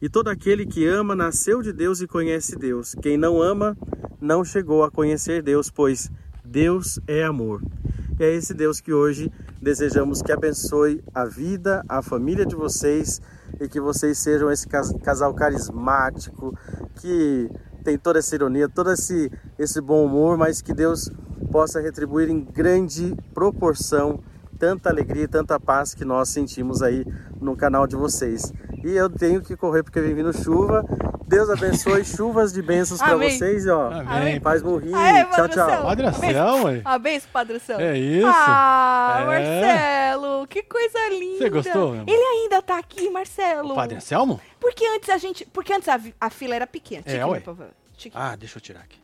C: E todo aquele que ama nasceu de Deus e conhece Deus. Quem não ama não chegou a conhecer Deus, pois Deus é amor. E é esse Deus que hoje desejamos que abençoe a vida, a família de vocês e que vocês sejam esse cas- casal carismático que tem toda essa ironia, todo esse, esse bom humor, mas que Deus possa retribuir em grande proporção tanta alegria e tanta paz que nós sentimos aí no canal de vocês. E eu tenho que correr porque vem vindo chuva. Deus abençoe chuvas de bênçãos para
B: Amém.
C: vocês, e, ó.
A: Amém.
C: Paz morri.
B: Aê,
C: Tchau,
B: Padre
C: tchau.
B: Céu.
A: Padre Anselmo, ué.
B: Ah, beijo, Padre Santo.
A: É isso.
B: Ah,
A: É.
B: Marcelo, que coisa linda.
A: Você gostou, meu amor?
B: Ele ainda tá aqui, Marcelo.
A: O Padre Anselmo?
B: Porque antes a gente. Porque antes a, vi- a fila era pequena. Tique,
A: É, ué.
B: meu povo, tique.
A: Ah, deixa eu tirar aqui.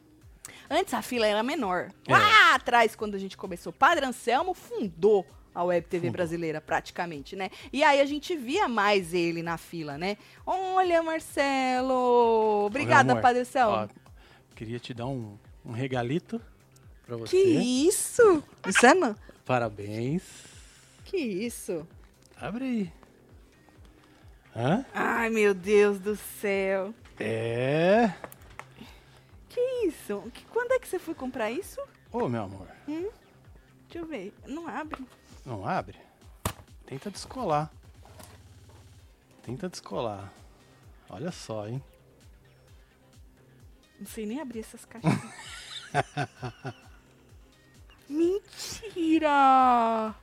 B: Antes a fila era menor.
A: É.
B: Lá atrás, quando a gente começou, Padre Anselmo fundou a Web TV
A: Fundou.
B: brasileira, praticamente, né? E aí a gente via mais ele na fila, né? Olha, Marcelo! Obrigada,
A: amor. Ah,
B: Padre Anselmo.
A: Ó, queria te dar um, um regalito pra
B: que
A: você.
B: isso? Isso é não?
A: Parabéns.
B: Que isso?
A: Abre aí. Hã?
B: Ai, meu Deus do céu.
A: É.
B: Que isso? Que, quando é que você foi comprar isso?
A: Ô, meu amor,
B: Deixa eu ver. Não abre.
A: não abre? Tenta descolar. Tenta descolar. Olha só, hein?
B: Não sei nem abrir essas caixas. Mentira!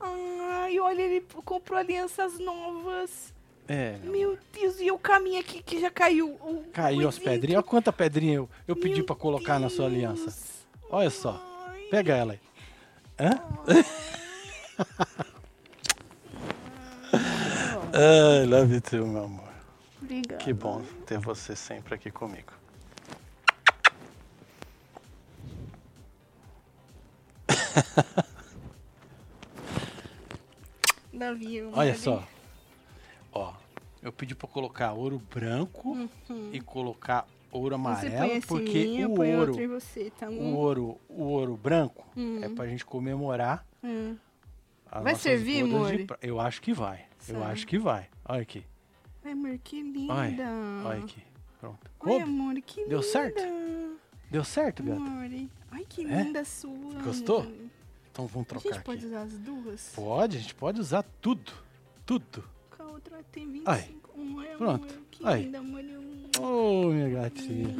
B: Ai, olha, ele comprou alianças novas.
A: É. meu amor.
B: Meu Deus, e o caminho aqui que já caiu. o-
A: Caiu as
B: coisinha
A: pedrinhas. Olha quanta pedrinha eu, eu
B: aqui.
A: pedi
B: Meu
A: pra colocar na sua
B: Deus.
A: aliança. Olha só.
B: Ai.
A: Pega ela aí. Hã? I love you too, meu amor.
B: Obrigada.
A: Que bom ter você sempre aqui comigo.
B: Davi, eu
A: Olha
B: mandei.
A: só. Ó, eu pedi pra colocar ouro branco e colocar ouro
B: Uhum. Você
A: amarelo,
B: põe esse
A: porque
B: em mim, eu
A: o
B: ponho
A: ouro,
B: outro em você, tá
A: o
B: bom?
A: ouro, o ouro branco é pra gente comemorar
B: Hum.
A: as
B: Vai
A: nossas
B: servir,
A: bodas de
B: Mori?
A: pra- Eu acho que vai. Eu
B: Sabe.
A: acho que vai. Olha aqui.
B: Ai, amor, que linda.
A: Olha. Olha aqui. Pronto.
B: Ai,
A: Coube?
B: Uhum. amor, Uhum. que linda.
A: Deu certo? Deu certo, gata?
B: Amor. Ai, que
A: É?
B: linda a sua.
A: Gostou?
B: amor.
A: Então vamos
B: A
A: trocar
B: gente
A: aqui.
B: pode usar as duas?
A: Pode, a gente pode usar tudo. Tudo.
B: Com a outra tem
A: Ai.
B: 25. Um, ai, Amor,
A: Pronto.
B: que
A: Ai.
B: linda, amor. Eu amo,
A: Ô, minha gatinha.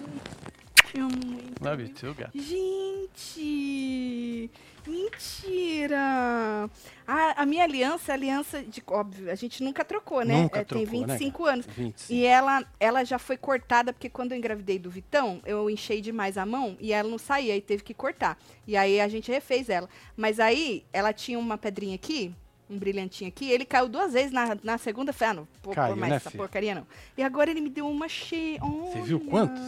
B: te amo muito.
A: Love you too, gata.
B: Gente! Mentira! A, a minha aliança, a aliança de. Óbvio, a gente nunca trocou, né?
A: Nunca
B: É, tem
A: trocou, né,
B: 25 anos.
A: 25.
B: E ela, ela já foi cortada, porque quando eu engravidei do Vitão, eu enchei demais a mão e ela não saía e teve que cortar. E aí a gente refez ela. Mas aí ela tinha uma pedrinha aqui, um brilhantinho aqui, ele caiu duas vezes na, na segunda, eu falei, ah, não vou pôr
A: Caiu,
B: mais
A: né,
B: essa
A: filha?
B: porcaria não. E agora ele me deu uma cheia. Você
A: viu quantos?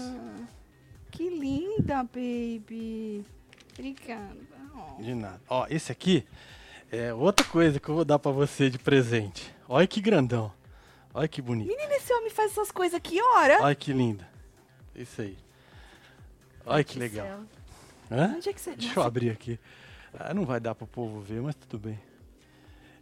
B: Que linda, baby. Obrigada. Oh.
A: De nada. Ó, esse aqui é outra coisa que eu vou dar pra você de presente. Olha que grandão. Olha que bonito.
B: Menina, esse homem faz essas coisas que hora.
A: Olha que lindo. Isso aí. Olha que
B: Meu Deus do
A: legal.
B: céu.
A: Hã?
B: Onde é que você...
A: Deixa eu
B: Nossa,
A: abrir aqui. Ah, não vai dar pro povo ver, mas tudo bem.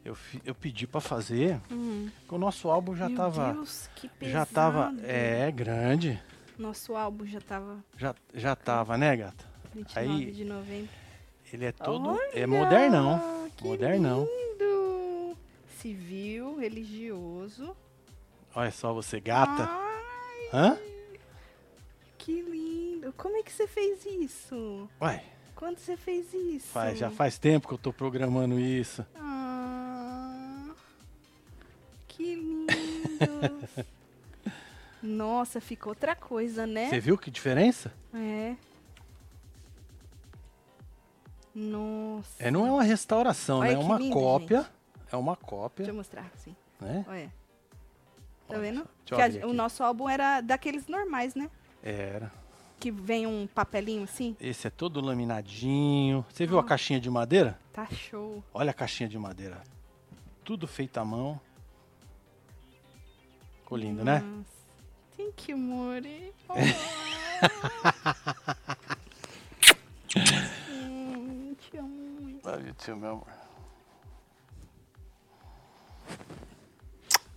A: Eu, fi- eu pedi pra fazer,
B: hum.
A: porque o nosso álbum já
B: Meu
A: tava.
B: Deus, que
A: já tava.
B: pesado.
A: É, grande.
B: Nosso álbum já tava
A: Já, já tava, né, gata?
B: 29
A: Aí-
B: de novembro.
A: Ele é todo.
B: Olha,
A: é modernão.
B: que
A: Modernão.
B: Lindo. Civil, religioso. Ah,
A: Olha só você, gata.
B: Ai,
A: Hã?
B: que lindo. Como é que você fez isso?
A: Ué,
B: Quando você fez isso?
A: Faz, já faz tempo que eu tô programando isso.
B: Ah, que lindo. Nossa, ficou outra coisa, né?
A: Você viu que diferença?
B: É. Nossa.
A: É, não é uma restauração,
B: Olha
A: né? É
B: que
A: uma
B: lindo,
A: cópia. É uma
B: Deixa eu
A: cópia,
B: mostrar assim.
A: né?
B: Olha. Tá
A: Olha
B: vendo?
A: só, deixa eu
B: Que a-
A: abrir
B: o
A: aqui.
B: nosso álbum era daqueles normais, né?
A: Era.
B: Que vem um papelinho assim.
A: Esse é todo laminadinho. Você
B: Ah.
A: viu a caixinha de madeira?
B: Tá show.
A: Olha a caixinha de madeira. Tudo feito à mão. Ficou lindo, né?
B: Nossa. Thank you, More. Te amo muito.
A: Love you too, meu amor.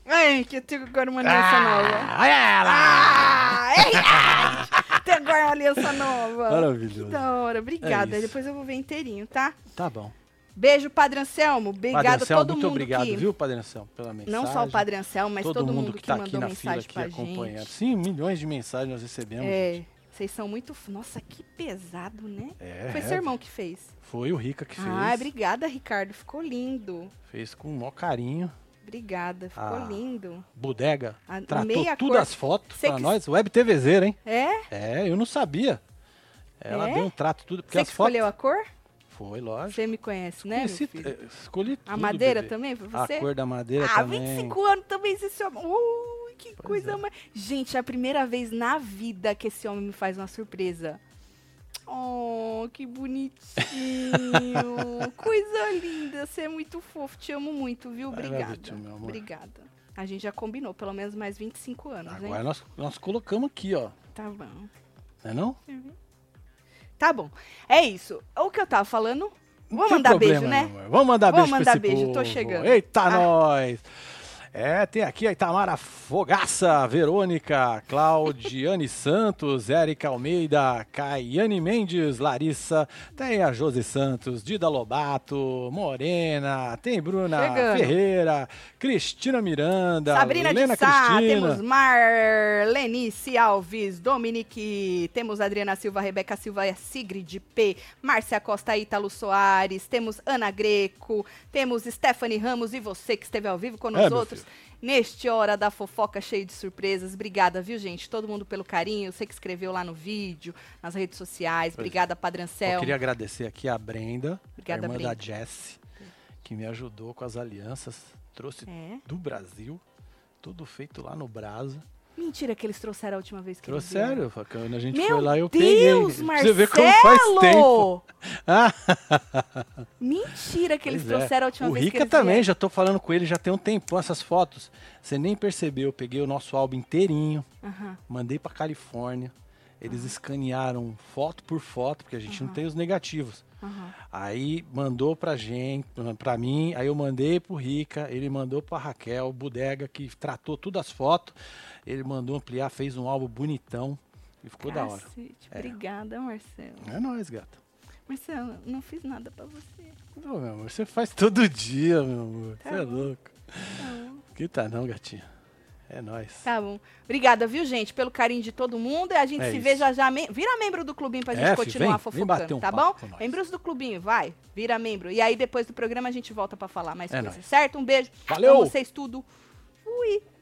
B: Ai, que eu tenho agora uma aliança nova.
A: Ah, olha ela!
B: Ah, é verdade! Tem agora uma aliança nova.
A: Maravilhoso.
B: Que da hora. Obrigada.
A: É isso.
B: Depois eu vou ver inteirinho, tá?
A: Tá bom.
B: Beijo, Padre Anselmo. Obrigada
A: Padre
B: a
A: Anselmo,
B: todo
A: muito
B: mundo
A: obrigado,
B: que...
A: viu, Padre Anselmo, pela mensagem.
B: Não só o Padre Anselmo, mas todo, mundo que,
A: tá
B: mandou
A: aqui na fila
B: mensagem
A: aqui
B: pra
A: acompanhando.
B: gente.
A: Sim, milhões de mensagens nós recebemos.
B: É,
A: gente.
B: vocês são muito... f- Nossa, que pesado, né?
A: É,
B: Foi seu irmão que fez.
A: Foi o Rica que fez.
B: Ah, obrigada, Ricardo. Ficou lindo.
A: Fez com o maior carinho.
B: Obrigada, ficou
A: Ah.
B: lindo.
A: Bodega.
B: A
A: tratou
B: meia
A: tudo assim.
B: cor-
A: as fotos
B: Cê
A: pra
B: que-
A: nós. Web TVzeira, hein?
B: É?
A: É, eu não sabia. Ela
B: É?
A: deu um trato tudo. Porque
B: Você
A: as
B: que
A: fotos.
B: escolheu a cor?
A: Foi, lógico.
B: Você me conhece, né, meu
A: Conheci-
B: filho?
A: eh, Escolhi tudo.
B: A madeira
A: bebê.
B: também, pra você?
A: A cor da madeira
B: ah,
A: também.
B: 25 anos também esse homem. Ui, que coisa
A: é.
B: mais. Gente, é a primeira vez na vida que esse homem me faz uma surpresa. Oh, que bonitinho. coisa linda. Você é muito fofo. Te amo muito, viu?
A: Maravilha,
B: Obrigada.
A: meu amor.
B: Obrigada. A gente já combinou pelo menos mais 25 anos,
A: Agora
B: hein?
A: nós, nós colocamos aqui, ó.
B: Tá bom.
A: Não é não?
B: Tá bom. É isso. O que eu tava falando?
A: Não
B: Vou
A: tem
B: mandar beijo,
A: problema,
B: né?
A: não, amor. Vamos mandar
B: Vou
A: beijo
B: mandar
A: pra esse
B: beijo, tô
A: povo.
B: chegando.
A: Eita,
B: Ah.
A: nós! É, tem aqui a Itamara Fogaça, Verônica, Claudiane Santos, Érica Almeida, Caiane Mendes, Larissa, tem a Josi Santos, Dida Lobato, Morena, tem Bruna
B: Chegando.
A: Ferreira, Cristina Miranda,
B: Sabrina
A: Lena
B: de Sá,
A: Cristina.
B: temos Marlenice Alves, Dominique, temos Adriana Silva, Rebeca Silva, Sigrid P, Márcia Costa, Ítalo Soares, temos Ana Greco, temos Stephanie Ramos e você que esteve ao vivo com
A: É,
B: nós
A: meu
B: outros. Neste Hora da Fofoca, cheio de surpresas. Obrigada, viu, gente? Todo mundo pelo carinho. Você que escreveu lá no vídeo, nas redes sociais.
A: Pois é.
B: Obrigada, Padre
A: Eu
B: Anselmo.
A: queria agradecer aqui a Brenda,
B: Obrigada,
A: a irmã
B: Brenda.
A: da Jess, que me ajudou com as alianças, trouxe
B: É.
A: do Brasil, tudo feito lá no Brasa.
B: Mentira que eles trouxeram a última vez que
A: Trouxe
B: eles vieram.
A: sério, fa- quando a gente
B: Meu
A: foi lá eu peguei.
B: Deus,
A: Pra
B: Marcelo!
A: Você vê como faz tempo. Ah,
B: Mentira que eles
A: pois é.
B: trouxeram a última
A: O
B: vez que
A: Rica
B: eles
A: também,
B: vieram.
A: já tô falando com ele já tem um tempão essas fotos. Você nem percebeu, eu peguei o nosso álbum inteirinho,
B: Aham.
A: mandei pra Califórnia. Eles escanearam foto por foto, porque a gente não tem os negativos.
B: Aham.
A: Aí mandou pra gente, pra mim, aí eu mandei pro Rica, ele mandou pra Raquel Bodega, que tratou todas as fotos. Ele mandou ampliar, fez um álbum bonitão e ficou da hora.
B: Cacete,
A: É.
B: Obrigada, Marcelo.
A: É nóis, gata.
B: Marcelo, não fiz nada pra você.
A: Não, meu amor, você faz todo dia, meu amor.
B: Tá
A: você é
B: bom.
A: louco.
B: Não.
A: Que tá não, gatinha. É nóis.
B: então. Tá bom. Obrigada, viu, gente, pelo carinho de todo mundo. E a gente
A: É
B: se
A: isso.
B: vê já já. Me- Vira membro do clubinho pra gente
A: É, fi,
B: continuar
A: vem, vem
B: fofocando,
A: bater um
B: tá
A: papo
B: bom?
A: com nós.
B: Membros do clubinho, vai. Vira membro. E aí depois do programa a gente volta pra falar mais
A: É
B: coisas,
A: nóis.
B: certo? Um beijo.
A: Valeu!
B: Amo vocês tudo. Fui.